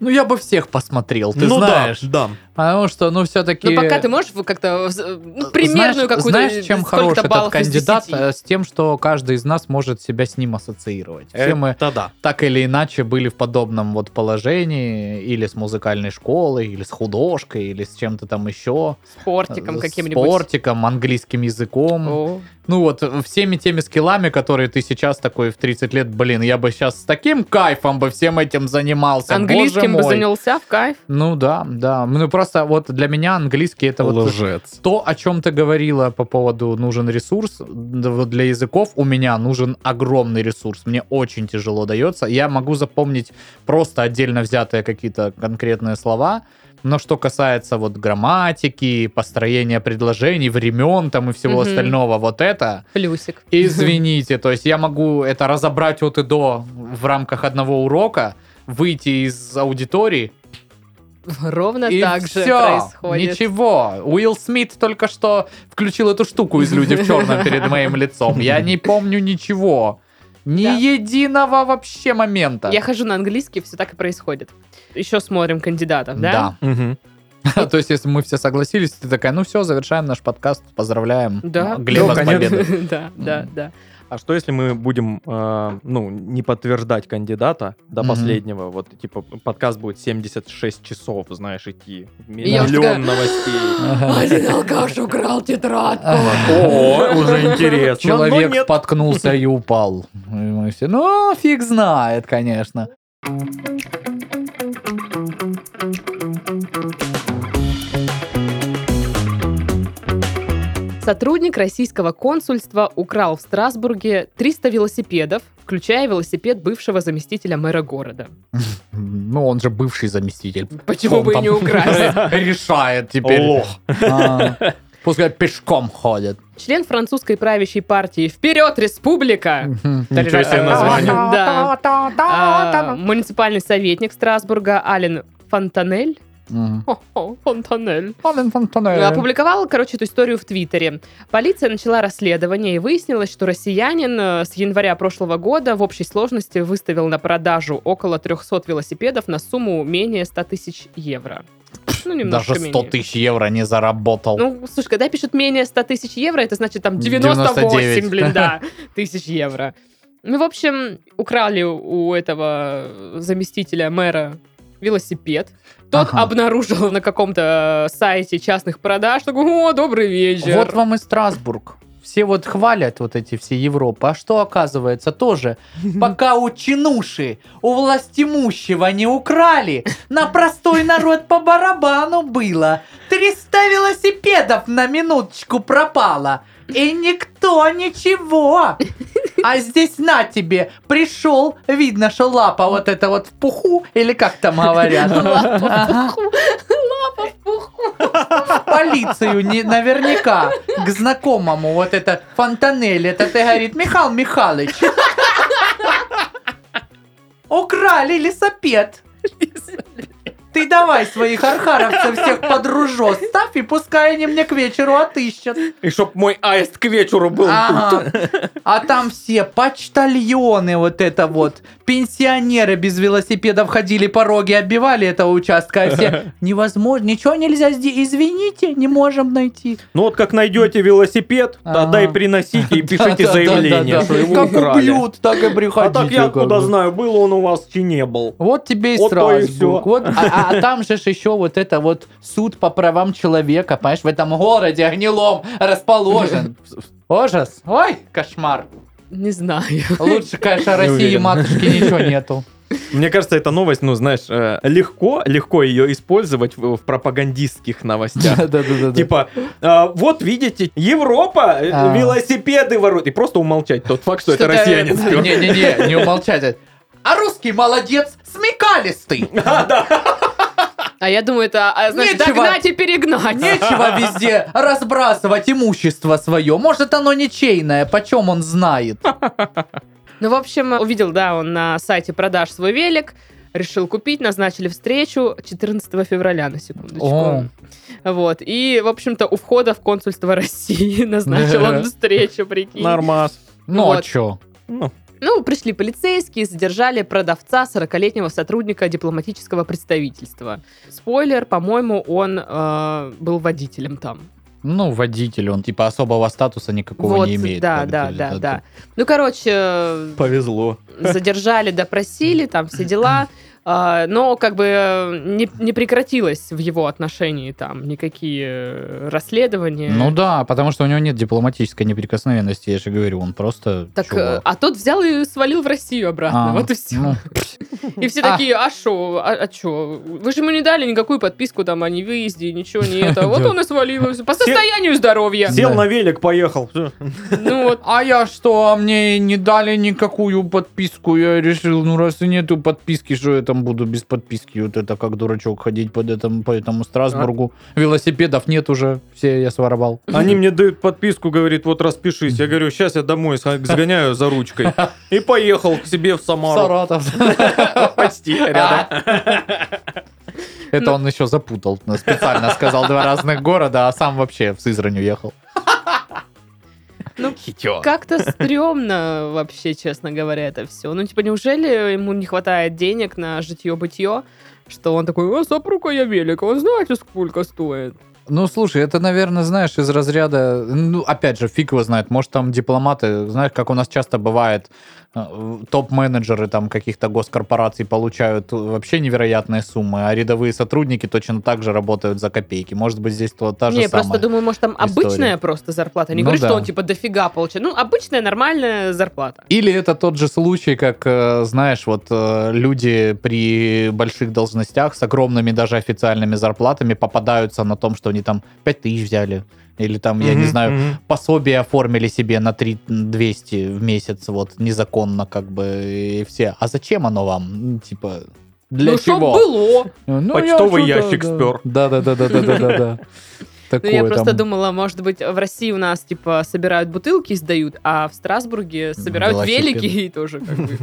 Ну, я бы всех посмотрел, ты
ну
знаешь.
да, да.
Потому что, ну, все-таки...
Ну, пока ты можешь в- как-то в- ну, примерную какую-то...
Знаешь, чем
сколько-то
хорош этот
баллов из
кандидат?
10?
Э, С тем, что каждый из нас может себя с ним ассоциировать.
Э.
Все мы
Это да.
так или иначе были в подобном вот положении, или с музыкальной школой, или с художкой, или с чем-то там еще.
Спортиком
Э,
каким-нибудь.
Спортиком, английским языком.
О.
Ну вот, э, всеми теми скиллами, которые ты сейчас такой в 30 лет, блин, я бы сейчас с таким кайфом бы всем этим занимался.
Английским бы
боже мой.
занялся в кайф.
Ну да, да. Ну просто вот для меня английский это вот
Лжец.
то, о чем ты говорила по поводу нужен ресурс, да вот для языков у меня нужен огромный ресурс. Мне очень тяжело дается. Я могу запомнить просто отдельно взятые какие-то конкретные слова, но что касается вот грамматики, построения предложений, времен там и всего
Мгм.
остального, вот это,
Плюсик.
извините, то есть я могу это разобрать от и до в рамках одного урока, выйти из аудитории,
Ровно
и
так же
всё,
происходит.
Ничего. Уилл Смит только что включил эту штуку из «Люди в черном» перед моим лицом. Я не помню ничего. Ни
Да.
единого вообще момента.
Я хожу на английский, все так и происходит. Еще смотрим кандидатов, да?
Мгм.
Да. То есть, если мы все согласились, ты такая, ну все, завершаем наш подкаст, поздравляем
Да.
Глеба
Ну,
с
конечно.
победой.
Да, да,
Мгм.
да.
А что если мы будем, э, ну, не подтверждать кандидата до
Мгм.
последнего? Вот, типа, подкаст будет 76 часов, знаешь, идти.
я уже такая,
Миллион новостей.
Ага.
Один алкаш украл тетрадку.
О, уже интересно.
Человек
Но нет.
споткнулся и упал. И мы все, ну, фиг знает, конечно.
Сотрудник российского консульства украл в Страсбурге 300 велосипедов, включая велосипед бывшего заместителя мэра города.
Ну, он же бывший заместитель.
Почему
Он
бы и
там
не украсть?
Решает теперь.
Лох.
А, Пускай пешком ходит.
Член французской правящей партии «Вперед, республика!»
Ничего
э,
себе название.
Да. А, Муниципальный советник Страсбурга Ален Фонтанель
Мгм.
Хо-хо, Фонтанель
Ален
Ну,
Фонтанелли.
а Опубликовал, короче, эту историю в Твиттере. Полиция начала расследование и выяснилось, что россиянин э, с января прошлого года в общей сложности выставил на продажу около 300 велосипедов на сумму менее 100 тысяч евро. Ну, немножко
Даже 100
менее.
тысяч евро не заработал.
Ну, слушай, когда пишут менее 100 тысяч евро, это значит там 98,
99.
блин, да, тысяч евро. Ну, в общем, украли у этого заместителя мэра велосипед. Тот
Ага.
обнаружил на каком-то э, сайте частных продаж, такой, о, добрый вечер.
вот вам и Страсбург. Все вот хвалят вот эти все Европы. А что оказывается тоже? Пока у чинуши, у властимущего не украли, на простой народ по барабану было. 300 велосипедов на минуточку пропало. И никто ничего. А здесь на тебе, пришел, видно, что лапа вот эта вот в пуху, или как там говорят. Ага.
Лапа в пуху.
в полицию не, наверняка к знакомому вот это фонтанель, это ты говорит, Михаил Михайлович. Украли лесопед. Ты давай своих архаровцев всех под ружо ставь, и пускай они мне к вечеру отыщут.
И чтоб мой аист к вечеру был тут.
Ага. А там все почтальоны вот это вот, пенсионеры без велосипедов ходили пороги, оббивали этого участка, а все невозможно, ничего нельзя здесь, извините, не можем найти.
Ну вот как найдете велосипед,
Ага.
тогда и приносите, и пишите
Да-да-да-да-да.
заявление, что его
Как
украли.
убьют, так и
А
приходите.
так я
как
откуда
бы.
знаю, был он у вас чи не был.
Вот тебе и
Вот то и
Страсбург.
всё.
Вот, а, а- а там же ж еще вот это вот суд по правам человека, понимаешь, в этом городе гнилом расположен. Ужас. Ой, кошмар.
Не знаю.
Лучше, конечно,
Не
России
уверен.
матушки ничего нету.
Мне кажется, эта новость, ну знаешь, э, легко, легко ее использовать в в пропагандистских новостях.
Да-да-да.
Типа, а, вот видите, Европа, э,
А.
велосипеды воруют. И просто умолчать тот факт, что это россиянин спёр.
Не-не-не, не умолчать. А русский молодец, смекалистый.
А, да.
А я думаю, это, а, значит,
Нечего.
догнать и перегнать.
Нечего везде разбрасывать имущество свое. Может, оно ничейное, почем он знает.
Ну, в общем, увидел, да, он на сайте продаж свой велик, решил купить, назначили встречу 14 февраля, на секундочку.
О.
Вот, и, в общем-то, у входа в консульство России назначил он встречу, прикинь.
Нормас.
Ну, а
Вот.
чё?
Ну,
Ну, пришли полицейские, задержали продавца, 40-летнего сотрудника дипломатического представительства. Спойлер, по-моему, он э, был водителем там.
Ну, водитель, он типа особого статуса никакого
вот,
не имеет.
да,
как
да,
бы,
да, да. Ну, короче, э,
повезло.
задержали, допросили, там все дела. А, Но как бы э, не, не прекратилось в его отношении там никакие э, расследования.
Ну да, потому что у него нет дипломатической неприкосновенности, я же говорю, он просто
так,
чувак.
э, а тот взял и свалил в Россию обратно.
А,
вот и все.
ну,
И все
А.
такие, а что, а, что? Вы же ему не дали никакую подписку там о невыезде, ничего не это. Вот он и свалил. По состоянию здоровья.
Сел
Да.
на велик, поехал. Всё.
Ну вот.
А я что, а мне не дали никакую подписку, я решил, ну раз и нету подписки, что я там буду без подписки, вот это как дурачок ходить под этому, по этому Страсбургу.
А?
Велосипедов нет уже, все я своровал.
Они мне дают подписку, говорит, вот распишись. Я говорю, сейчас я домой сга- загоняю за ручкой. И поехал к себе в Самару.
Саратов.
Почти рядом.
А,
Ну.
Это он еще запутал, ну, специально сказал два разных города, а сам вообще в Сызрань уехал.
Ну,
Хитер.
Как-то стрёмно вообще, честно говоря, это все. Ну, типа, неужели ему не хватает денег на житье-бытье, что он такой, а сопрука я велик, а он знаете, сколько стоит?
Ну, слушай, это, наверное, знаешь, из разряда... Ну, опять же, фиг его знает. Может, там дипломаты, знаешь, как у нас часто бывает, э, топ-менеджеры там каких-то госкорпораций получают вообще невероятные суммы, а рядовые сотрудники точно так же работают за копейки. Может быть, здесь то, та же
не,
самая.
просто думаю, может, там
история.
обычная просто зарплата. Не
Ну
говорю,
да.
что он, типа, дофига получает. Ну, обычная нормальная зарплата.
Или это тот же случай, как, э, знаешь, вот э, люди при больших должностях с огромными даже официальными зарплатами попадаются на том, что они там 5 тысяч взяли, или там, я не
Мгм,
знаю,
мгм.
пособие оформили себе на 3200 в месяц, вот, незаконно, как бы, и все. А зачем оно вам? Ну, Типа, для
ну, чтоб
чего?
было.
Ну,
Почтовый
я что-то,
А ящик
да.
спер.
Да-да-да-да-да-да-да.
Ну,
Такое
я просто
там
думала, может быть, в России у нас, типа, собирают бутылки и сдают, а в Страсбурге собирают
велосипед.
велики и тоже, как бы,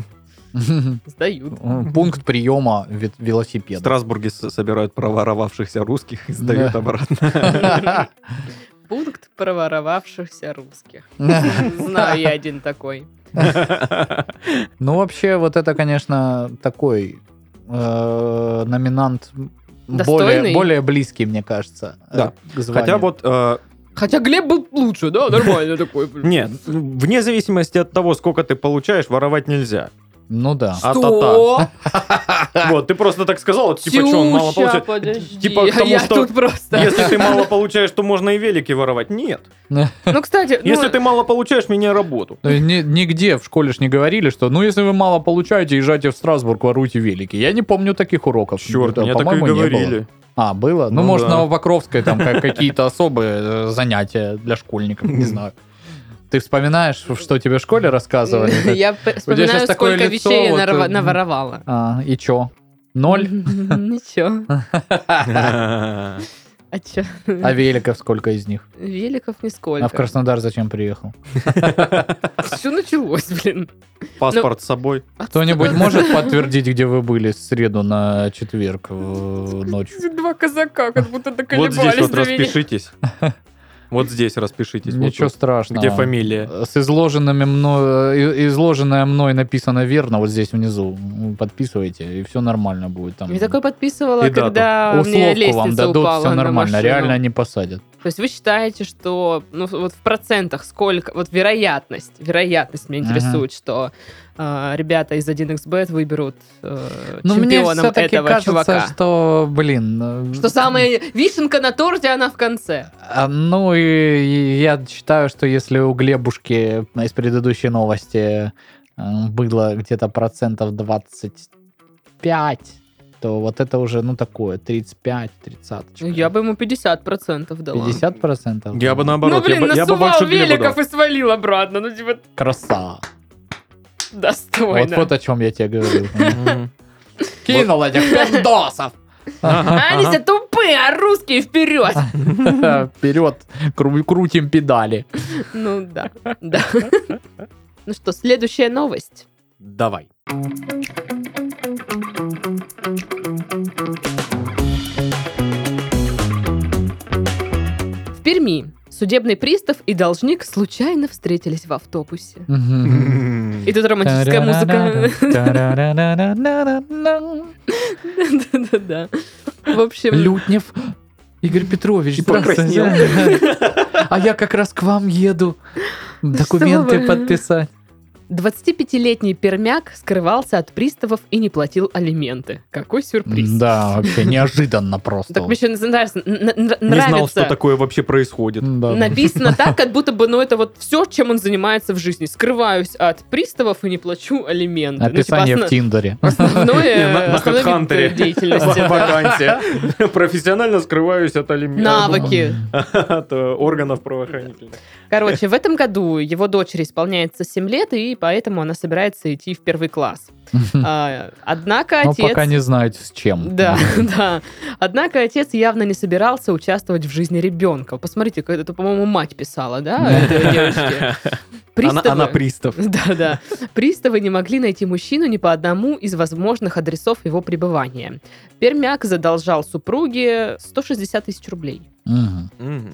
сдают.
Ну.
Пункт приема ве-
В
велосипеда.
Страсбурге с- собирают проворовавшихся русских и сдают
Да.
обратно.
Пункт проворовавшихся русских. Знаю я один такой.
Ну, вообще, вот это, конечно, такой э, номинант более,
Достойный.
более близкий, мне кажется. э,
Да.
к званию.
Хотя вот э,
Хотя Глеб был лучше, да, нормально такой. блин.
Нет, вне зависимости от того, сколько ты получаешь, воровать нельзя.
Ну да.
А
Что?
Вот, ты просто так сказал, типа, что он мало
Сюша,
получает.
подожди.
Типа, к
А
тому,
я
что-
тут просто.
Если ты мало получаешь, то можно и велики воровать. Нет.
Ну, кстати, ну,
Если ты мало получаешь, меня работу.
Э, ни- Нигде в школе ж не говорили, что ну если вы мало получаете, езжайте в Страсбург, воруйте велики. Я не помню таких уроков.
Черт,
Да,
мне так и
по-моему, не было.
говорили.
А, было? Ну,
Ну
может,
да.
Новопокровской там как- какие-то особые э, занятия для школьников, не знаю. Ты вспоминаешь, что тебе в школе рассказывали?
я вспоминаю,
щас такое
сколько
лицо,
вещей я
вот,
нарва-
э,
наворовала.
А, и чё? Ноль?
Ничего. А чё?
А великов сколько из них?
Великов
А в
нисколько.
Краснодар зачем приехал?
Все началось, блин.
Паспорт с собой.
Кто-нибудь может подтвердить, где вы были с среду на четверг в- ночью?
Два казака как будто
Вот
доколебались
здесь вот
до Ну, меня.
распишитесь. Вот здесь распишитесь. вот
Ничего
тут.
страшного. Э,
Где фамилия?
С изложенными мной, э, и- изложенное мной написано верно, вот здесь внизу. Подписывайте, и все нормально будет там.
Я такое подписывала,
И дату.
когда «А, у меня
Условку вам
лестница
дадут,
упала
все
на
нормально.
машину.
Реально не посадят.
То есть вы считаете, что ну, вот в процентах сколько, вот вероятность, вероятность меня
Ага.
интересует, что э, ребята из 1xbet выберут э,
Ну, мне
чемпионом
все-таки
этого
кажется,
чувака.
что, блин... э,
Что самая вишенка на торте, она в конце.
А, Ну, и, и я считаю, что если у Глебушки из предыдущей новости э, было где-то процентов 25, то вот это уже, ну, такое, 35, 30.
Ну, я бы ему 50% дала.
50 процентов?
Я
Ну,
бы наоборот, я
блин,
бы- я бы
насувал
больше Глебу дал.
великов и свалил обратно. Ну, типа,
Краса. вот,
достойно.
вот о чем я тебе говорил.
Мгм.
Кинул этих пиндосов.
А они
Ага.
все тупые, а русские вперед!
Вперед, кру- крутим педали.
Ну да, да. Ну что, следующая новость.
Давай.
В Перми судебный пристав и должник случайно встретились в автобусе.
Мгм.
И тут романтическая музыка. Да-да-да. В общем,
Лютнев. Игорь Петрович,
И
здравствуйте. А я как раз к вам еду документы
Что вы?
подписать.
25-летний пермяк скрывался от приставов и не платил алименты. Какой сюрприз.
Да, вообще неожиданно просто.
Так мне еще нравится. н- н-
Не знал, что
нравится.
такое вообще происходит.
Да.
Написано так, как будто бы, ну, это вот все, чем он занимается в жизни. Скрываюсь от приставов и не плачу алименты. Ну, типа,
Описание
осно-
в Тиндере.
основное-
На- на
основной вид,
Хэдхантере.
э, деятельности. да.
Вакансия. Профессионально скрываюсь от алим-
Навыки.
от э, органов правоохранительных.
Короче, в этом году его дочери исполняется 7 лет, и поэтому она собирается идти в первый класс.
Хм.
А, Однако
Ну,
Но
отец...
пока не знаете с чем.
Да, да. Однако отец явно не собирался участвовать в жизни ребенка. Посмотрите, как это, по-моему, мать писала, да, этой девочке?
Она
Приставы-
она пристав.
Да, да. Приставы не могли найти мужчину ни по одному из возможных адресов его пребывания. Пермяк задолжал супруге 160 тысяч рублей.
Мгм.
Мгм.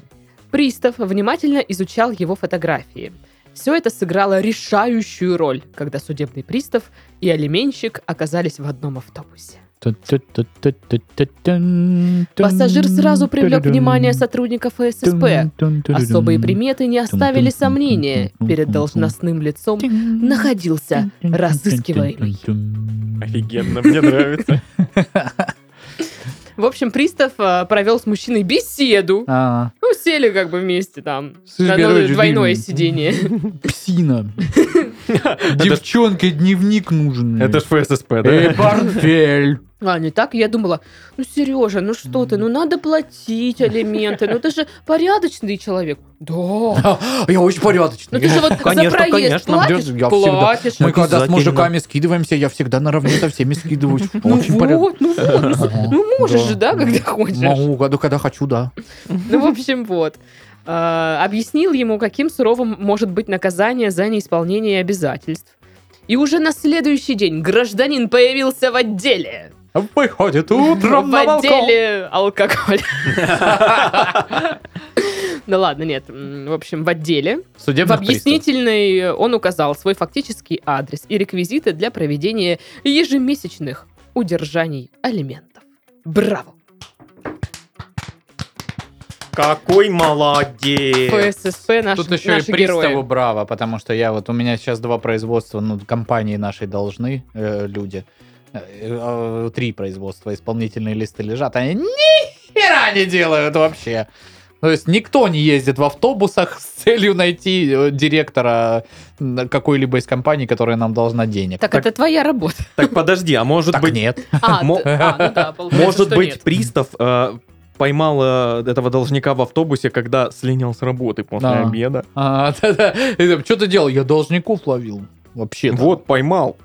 Пристав внимательно изучал его фотографии. Все это сыграло решающую роль, когда судебный пристав и алименщик оказались в одном автобусе. Пассажир сразу привлек внимание сотрудников ФССП. Особые приметы не оставили сомнения. Перед должностным лицом находился разыскиваемый.
Офигенно, мне нравится.
В общем, пристав э, провел с мужчиной беседу.
А,
Ну, сели как бы вместе там.
Слышь,
На- на
короче,
двойное
ты-
сидение.
псина. Девчонке дневник нужен.
Это ж ФССП,
И
да?
портфель.
А, не так, я думала, ну, Сережа, ну что ты, ну надо платить алименты, ну ты же порядочный человек. Да.
Я очень порядочный.
Ну ты же вот за
Конечно,
проезд
конечно,
платишь,
я всегда-
платишь.
Мы когда с
Обязательно.
мужиками скидываемся, я всегда наравне со всеми скидываюсь.
Ну
Очень порядочный.
вот, ну вот, ну, с-
Ага,
ну можешь же, да, когда хочешь.
Могу, когда- когда хочу, да.
Ну, в общем, вот. А, Объяснил ему, каким суровым может быть наказание за неисполнение обязательств. И уже на следующий день гражданин появился в отделе.
Выходит
в отделе алкоголь. Ну ладно, нет. м, В общем, в отделе. В
Судебных приставов.
объяснительной он указал свой фактический адрес и реквизиты для проведения ежемесячных удержаний алиментов. Браво!
Какой молодец!
ФССП наш,
Тут еще и
наши
приставу
герои.
браво, потому что я вот у меня сейчас два производства, ну компании нашей должны э, люди. Э, э, Три производства, исполнительные листы лежат, они ни хера не делают вообще. То есть никто не ездит в автобусах с целью найти э, директора м, какой-либо из компаний, которая нам должна денег.
Так, это твоя работа.
Так подожди, а может
Так
быть,
нет.
А,
Мо-
т- а, ну да, получается,
может
что
быть,
нет.
пристав э, поймал э, этого должника в автобусе, когда слинял с работы после
Да.
обеда.
А, Что ты делал? Я должников ловил. Вообще.
Вот, поймал.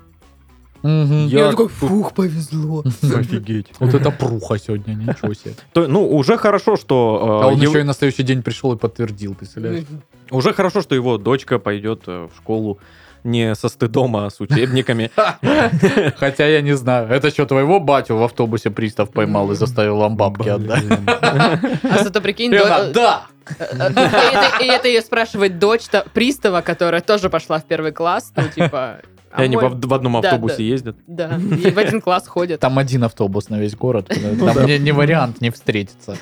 Мгм.
Я-
такой, фух, повезло.
Офигеть.
Вот это пруха сегодня, ничего себе.
То- ну, уже хорошо, что...
А
э,
он
ев-
еще и на следующий день пришел и подтвердил, представляешь?
Уже хорошо, что его дочка пойдет э, в школу не со стыдом, а с учебниками.
Хотя я не знаю. Это что, твоего батю в автобусе пристав поймал и заставил вам бабки отдать?
А зато прикинь,
И она,
до-
Э,
э,
да!
ну, И это- и это ее спрашивает дочь та- пристава, которая тоже пошла в первый класс. Ну, типа...
И
а
они
мой-
в в одном
Да,
автобусе
да.
ездят.
Да, и в один класс ходят.
Там один автобус на весь город. Там не не вариант не встретиться.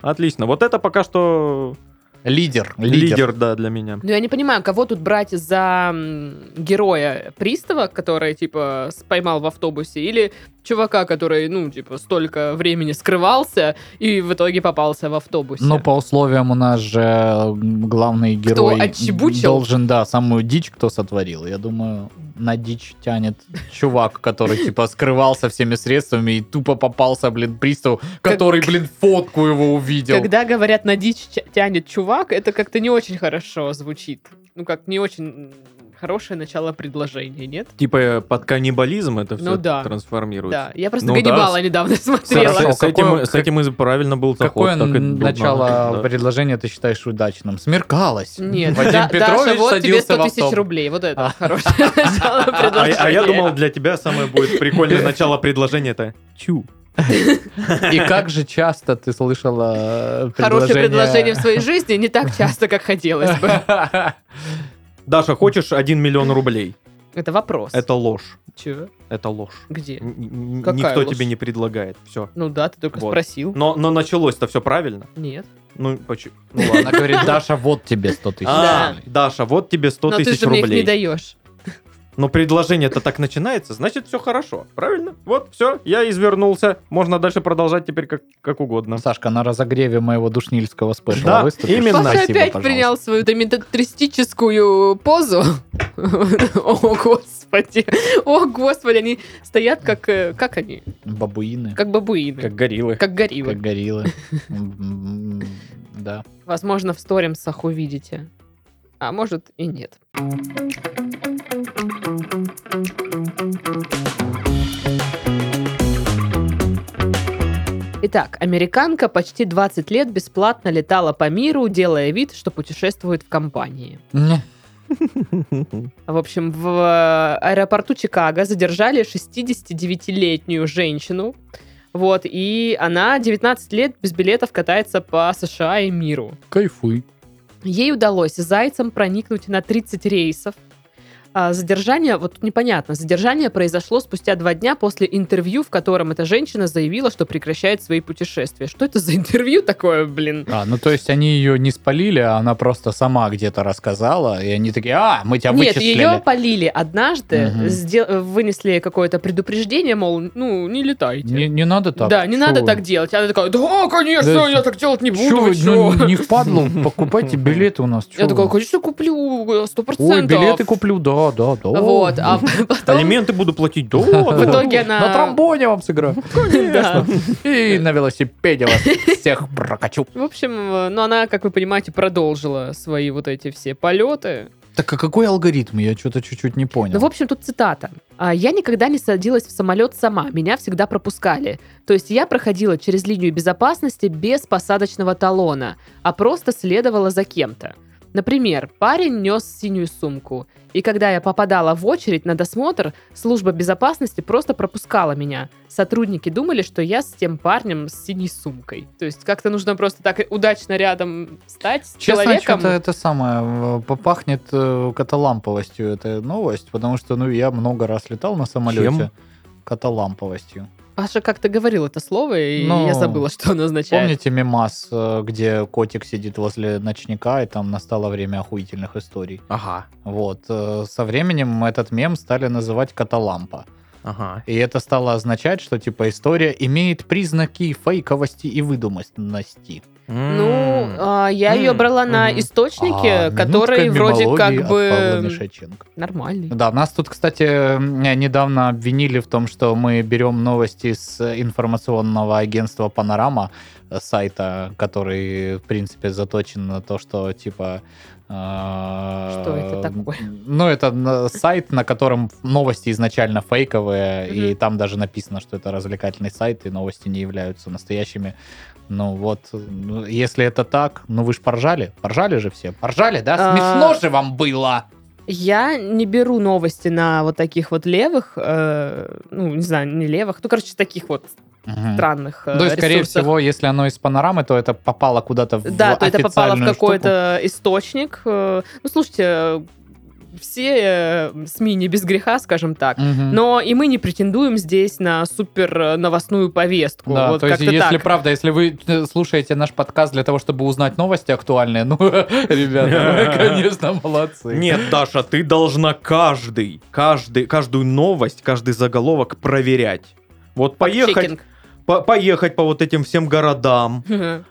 Отлично. Вот это пока что
Лидер.
лидер, да, для меня.
Ну, я не понимаю, кого тут брать за м, героя пристава, который, типа, с- поймал в автобусе, или чувака, который, ну, типа, столько времени скрывался и в итоге попался в автобусе.
Ну, по условиям у нас же э, главный герой
отчебучил?
должен, да, самую дичь кто сотворил. Я думаю, на дичь тянет чувак, который, типа, скрывался всеми средствами и тупо попался, блин, приставу, который, блин, фотку его увидел.
Когда говорят на дичь тя- тянет чувак, это как-то не очень хорошо звучит. Ну, как не очень м, хорошее начало предложения, нет?
Типа э, под каннибализм это все
Ну да.
трансформируется.
Да, я просто
Ну да,
Ганнибала недавно
С, с-
смотрела.
Хорошо,
с этим,
какое-
с этим и правильно был заход.
Какое
так и
н-
должно.
начало
Да.
предложения ты считаешь удачным? Смеркалось.
Нет,
Вадим
Да-
Петрович
Даша, вот тебе
садился
100
в
тысяч
автобус.
рублей. Вот это
А.
хорошее начало
А, а я
предложения.
думал, для тебя самое будет прикольное начало предложения это чу.
И как же часто ты слышала э,
Хорошее предложение
предложение...
в своей жизни не так часто, как хотелось бы.
Даша, хочешь 1 миллион рублей?
Это вопрос.
Это ложь.
Чего?
Это ложь.
Где?
Н- н-
Какая
Никто
ложь?
тебе не предлагает. Все.
Ну да, ты только
Вот.
спросил.
Но, но началось-то все правильно.
Нет.
Ну, почему? Ну
Она
ладно.
говорит, Даша, вот тебе 100 тысяч.
А,
Да.
Даша, вот тебе 100
Но ты
тысяч
же мне их не
рублей.
даешь.
Но предложение-то так начинается, значит, все хорошо. Правильно? Вот, все, я извернулся. Можно дальше продолжать теперь как, как угодно.
Сашка, на разогреве моего душнильского спешла
Да,
выступишь?
именно.
Паша
Спасибо,
опять
пожалуйста.
принял свою доминатористическую позу. О, господи. О, господи, они стоят как... э, Как они?
Бабуины, как,
Как бабуины.
гориллы.
Как гориллы.
гориллы. М, м, Да.
Возможно, в сторимсах увидите. А может и нет. Итак, американка почти 20 лет бесплатно летала по миру, делая вид, что путешествует в компании. В общем, в э, аэропорту Чикаго задержали 69-летнюю женщину. Вот, и она 19 лет без билетов катается по США и миру.
Кайфуй.
Ей удалось зайцам проникнуть на 30 рейсов. А Задержание, вот тут непонятно, задержание произошло спустя два дня после интервью, в котором эта женщина заявила, что прекращает свои путешествия. Что это за интервью такое, блин?
А, ну то есть они ее не спалили, а она просто сама где-то рассказала, и они такие, а, мы тебя
Нет,
вычислили.
ее полили однажды,
Мгм.
сдел- вынесли какое-то предупреждение, мол, ну, не летайте.
Не, не надо так.
да, не
Чё
надо
вы?
так делать. Она такая, да, конечно,
Да,
я так делать не буду.
Чё вы,
вы чё?»
ну, не впадлу, покупайте билеты у нас. чё
Я такая,
вы?
конечно, куплю, сто
Ой,
процентов.
билеты куплю, да, да, да.
Вот, а потом...
Алименты буду платить. Да,
В итоге она...
На тромбоне вам сыграю.
Да.
И на велосипеде вас всех прокачу.
В общем, э, ну она, как вы понимаете, продолжила свои вот эти все полеты.
Так а какой алгоритм? Я что-то чуть-чуть не понял.
Ну, в общем, тут цитата. «А, «Я никогда не садилась в самолет сама, меня всегда пропускали. То есть я проходила через линию безопасности без посадочного талона, а просто следовала за кем-то. Например, парень нес синюю сумку, и когда я попадала в очередь на досмотр, служба безопасности просто пропускала меня. Сотрудники думали, что я с тем парнем с синей сумкой. То есть как-то нужно просто так удачно рядом стать с
Честно,
человеком.
что-то это самое, э, попахнет э, каталамповостью эта новость, потому что, ну, я много раз летал на самолете.
Чем?
Каталамповостью.
Паша как-то говорил это слово, и
Ну,
я забыла, что оно означает.
Помните мимас, э, где котик сидит возле ночника, и там настало время охуительных историй?
Ага,
Вот. э, Со временем этот мем стали называть каталампа.
ага.
И это стало означать, что, типа, история имеет признаки фейковости и выдуманности.
Ну,
М.
а, я
М,
ее брала на
мгм.
источнике,
А,
который
минутка
вроде
мемологии
как
от Павла
бы
Мишаченко.
нормальный.
Да, нас тут, кстати, м, э, недавно обвинили в том, что мы берем новости с информационного агентства «Панорама», э, сайта, который, в принципе, заточен на то, что, типа... Что
Что это такое?
Ну, это на- сайт, на котором новости изначально фейковые, и
Мгм.
там даже написано, что это развлекательный сайт, и новости не являются настоящими. Ну вот, ну, если это так, ну вы ж поржали, поржали же все, поржали, да?
А.
Смешно же вам было!
Я не беру новости на вот таких вот левых, э, ну, не знаю, не левых, ну, короче, таких вот
Мгм.
странных э,
То есть, Ну, скорее
ресурсах.
всего, если оно из панорамы, то это попало куда-то в
Да, то это попало в
официальную
какой-то источник. Э, Ну, слушайте, э, все э, СМИ не без греха, скажем так.
штуку. Мгм.
Но и мы не претендуем здесь на супер э, новостную повестку.
Да,
вот
то есть,
как-то
если
так.
правда, если вы э, слушаете наш подкаст для того, чтобы узнать новости актуальные, ну, ребята, вы, конечно, молодцы.
Нет, Даша, ты должна каждый, каждый, каждую новость, каждый заголовок проверять. Вот поехать,
Чекинг.
по- поехать по вот этим всем городам,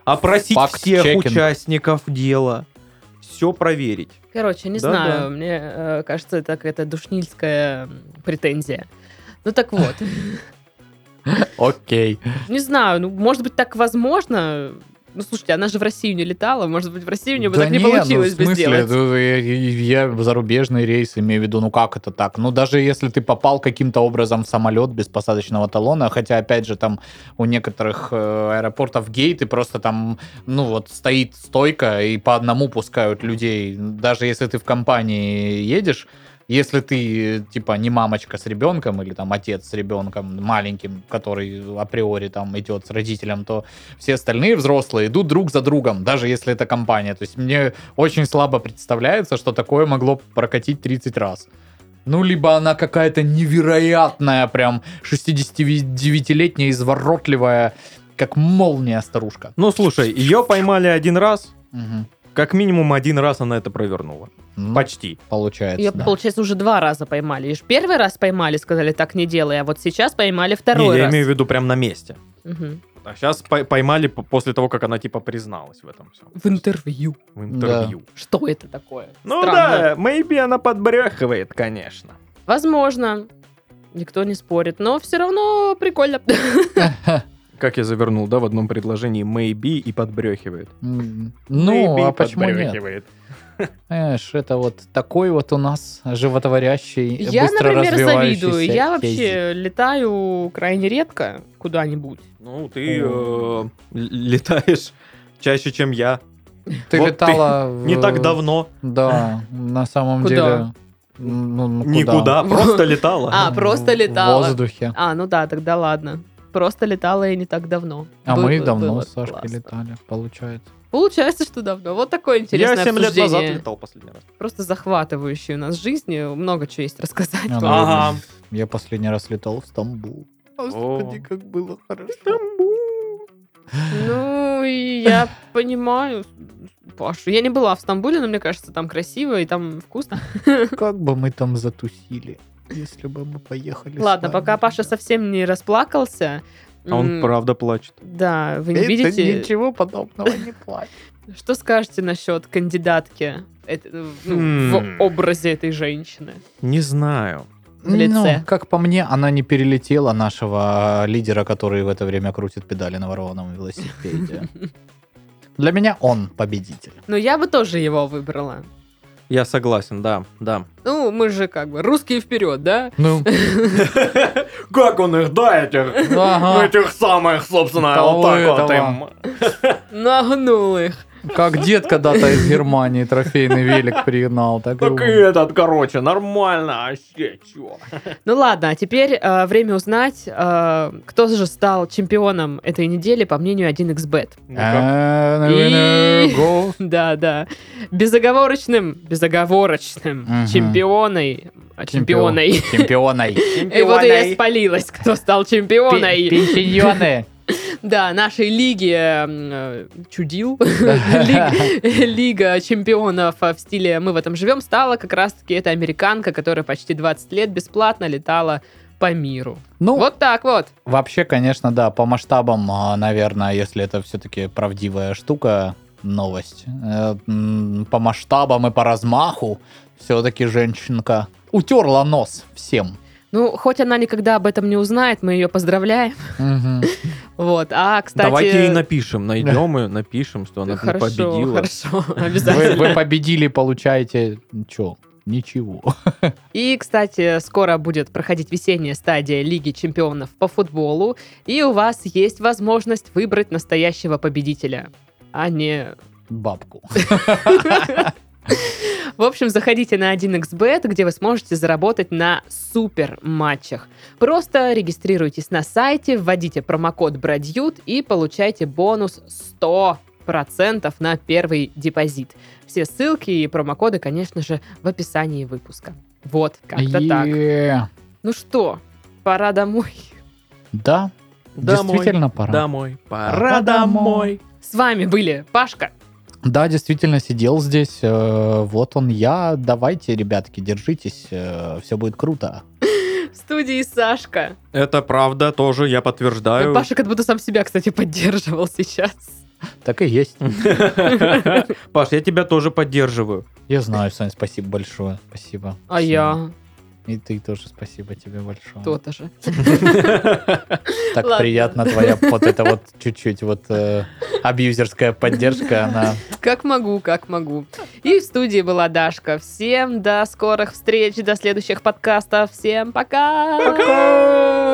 опросить всех
Факт-чекинг.
участников дела, все проверить.
Короче, не
Да,
знаю,
да.
мне э, кажется, это какая-то душнильская м, претензия. Ну так вот,
Окей.
не знаю, ну может быть так возможно. Ну слушайте, она же в Россию не летала, может быть в Россию у нее бы
Да
так не
не, ну,
получилось
в
бы
смысле,
сделать.
ну, я- я я зарубежный рейс имею в виду, ну как это так? Ну даже если ты попал каким-то образом в самолет без посадочного талона, хотя опять же там у некоторых э, аэропортов гейт и просто там, ну вот стоит стойка и по одному пускают людей, даже если ты в компании едешь. Если ты, э, типа, не мамочка с ребенком или там отец с ребенком маленьким, который априори там идет с родителем, то все остальные взрослые идут друг за другом, даже если это компания. То есть мне очень слабо представляется, что такое могло прокатить 30 раз. Ну, либо она какая-то невероятная, прям 69-летняя, изворотливая, как молния старушка.
Ну, слушай, ее поймали один раз,
Мгм.
как минимум один раз она это провернула.
Ну,
Почти.
получается.
Ее,
да.
получается, уже два раза поймали. Лишь первый раз поймали, сказали, так не делай, а вот сейчас поймали второй
Не, я
раз.
имею в виду прям на месте.
Мгм.
А сейчас поймали п- после того, как она типа призналась в этом всем.
В интервью.
В интервью.
Что это такое?
Ну
Странно.
да, maybe она подбрехивает, конечно.
Возможно. Никто не спорит, но все равно прикольно.
Как я завернул, да, в одном предложении maybe и подбрехивает.
М, Ну,
Maybe
а почему нет?
подбрехивает.
Эш, это вот такой вот у нас животворящий,
Я,
быстро
например,
развивающийся
завидую. Я
хейзи.
вообще летаю крайне редко куда-нибудь.
Ну, ты
О.
э, л- летаешь чаще, чем я.
Ты
Вот ты
летала... в-
Не так давно.
Да, на самом
Куда?
деле... ну, ну, куда?
Никуда, просто летала.
А, просто
В
летала.
воздухе.
А, ну да, тогда ладно. Просто летала я не так давно.
А
Бы-
мы
бы-
давно
было
с Сашкой
классно.
летали, получается.
Получается, что давно. Вот такое интересное
Я 7 лет назад
обсуждение.
летал последний раз.
Просто захватывающее у нас жизни. Много чего есть рассказать.
А,
вам.
ну,
Ага.
Я последний раз летал в Стамбул.
Господи,
как было хорошо.
Ну, и я понимаю, Пашу. Я не была в Стамбуле, но мне кажется, там красиво и там вкусно.
Ну, Как бы мы там затусили, если бы мы поехали.
Ладно, пока Паша совсем не расплакался.
А он
м,
правда плачет.
Да, вы не видите.
ничего подобного не плачет.
Что скажете насчет кандидатки это, ну,
М.
Хм.
в образе этой женщины?
Не знаю.
В лице.
Ну, как по мне, она не перелетела нашего лидера, который в это время крутит педали на ворованном велосипеде. Для меня он победитель.
Но Ну, я бы тоже его выбрала.
Я согласен, да, да.
Ну, мы же как бы русские вперед, да?
Ну,
Как он их, да, этих,
А.
ну,
ага.
этих самых, собственно,
Того этого.
им.
Нагнул их.
Как дед когда-то из Германии трофейный велик пригнал, так и
Так и
он.
этот, короче, нормально, а вообще, чё.
Ну ладно, а теперь э, время узнать, э, кто же стал чемпионом этой недели, по мнению 1xbet. А.
Ну-ка.
And the winner
И-
goes-
Да, да. Безоговорочным, безоговорочным
Мгм.
чемпионой. а,
Чемпион.
Чемпионой.
Чемпионой.
И вот я спалилась, кто стал чемпионой.
Пенсионы.
Да, нашей лиги эм, э, чудил. Лиг- Лига чемпионов э, в стиле «Мы в этом живем» стала как раз-таки эта американка, которая почти 20 лет бесплатно летала по миру.
Ну,
Вот так вот.
вообще, конечно, да, по масштабам, а, наверное, если это все-таки правдивая штука, новость. э, м, По масштабам и по размаху все-таки женщинка утерла нос всем.
Ну, хоть она никогда об этом не узнает, мы ее поздравляем.
Мгм.
Вот, а, кстати...
Давайте ей напишем, найдем ее, напишем, что она
Хорошо,
победила.
хорошо,
Вы,
обязательно.
вы победили, получаете... Че? Ничего.
И, кстати, скоро будет проходить весенняя стадия Лиги чемпионов по футболу, и у вас есть возможность выбрать настоящего победителя, а не...
Бабку.
В общем, заходите на 1xbet, где вы сможете заработать на супер матчах. Просто регистрируйтесь на сайте, вводите промокод Брадьют и получайте бонус 100 процентов на первый депозит. Все ссылки и промокоды, конечно же, в описании выпуска. Вот, как-то так.
Е,
Ну что, пора домой.
Да,
Домой,
действительно пора.
Домой, пора
Пора
домой.
домой.
С вами были Пашка,
Да, действительно, сидел здесь. э, вот он я. Давайте, ребятки, держитесь. все будет круто.
в студии Сашка.
Это правда тоже, А я подтверждаю.
Паша как будто сам себя, кстати, поддерживал сейчас.
Так и есть.
Паш, я тебя тоже поддерживаю.
Я знаю, Сань, спасибо большое. Спасибо.
А я
И ты тоже спасибо тебе большое.
то-то же.
Так
Ладно.
приятно твоя вот эта вот чуть-чуть вот э, абьюзерская поддержка, она...
Как могу, как могу. И в студии была Дашка. Всем до скорых встреч, до следующих подкастов. Всем пока! Пока!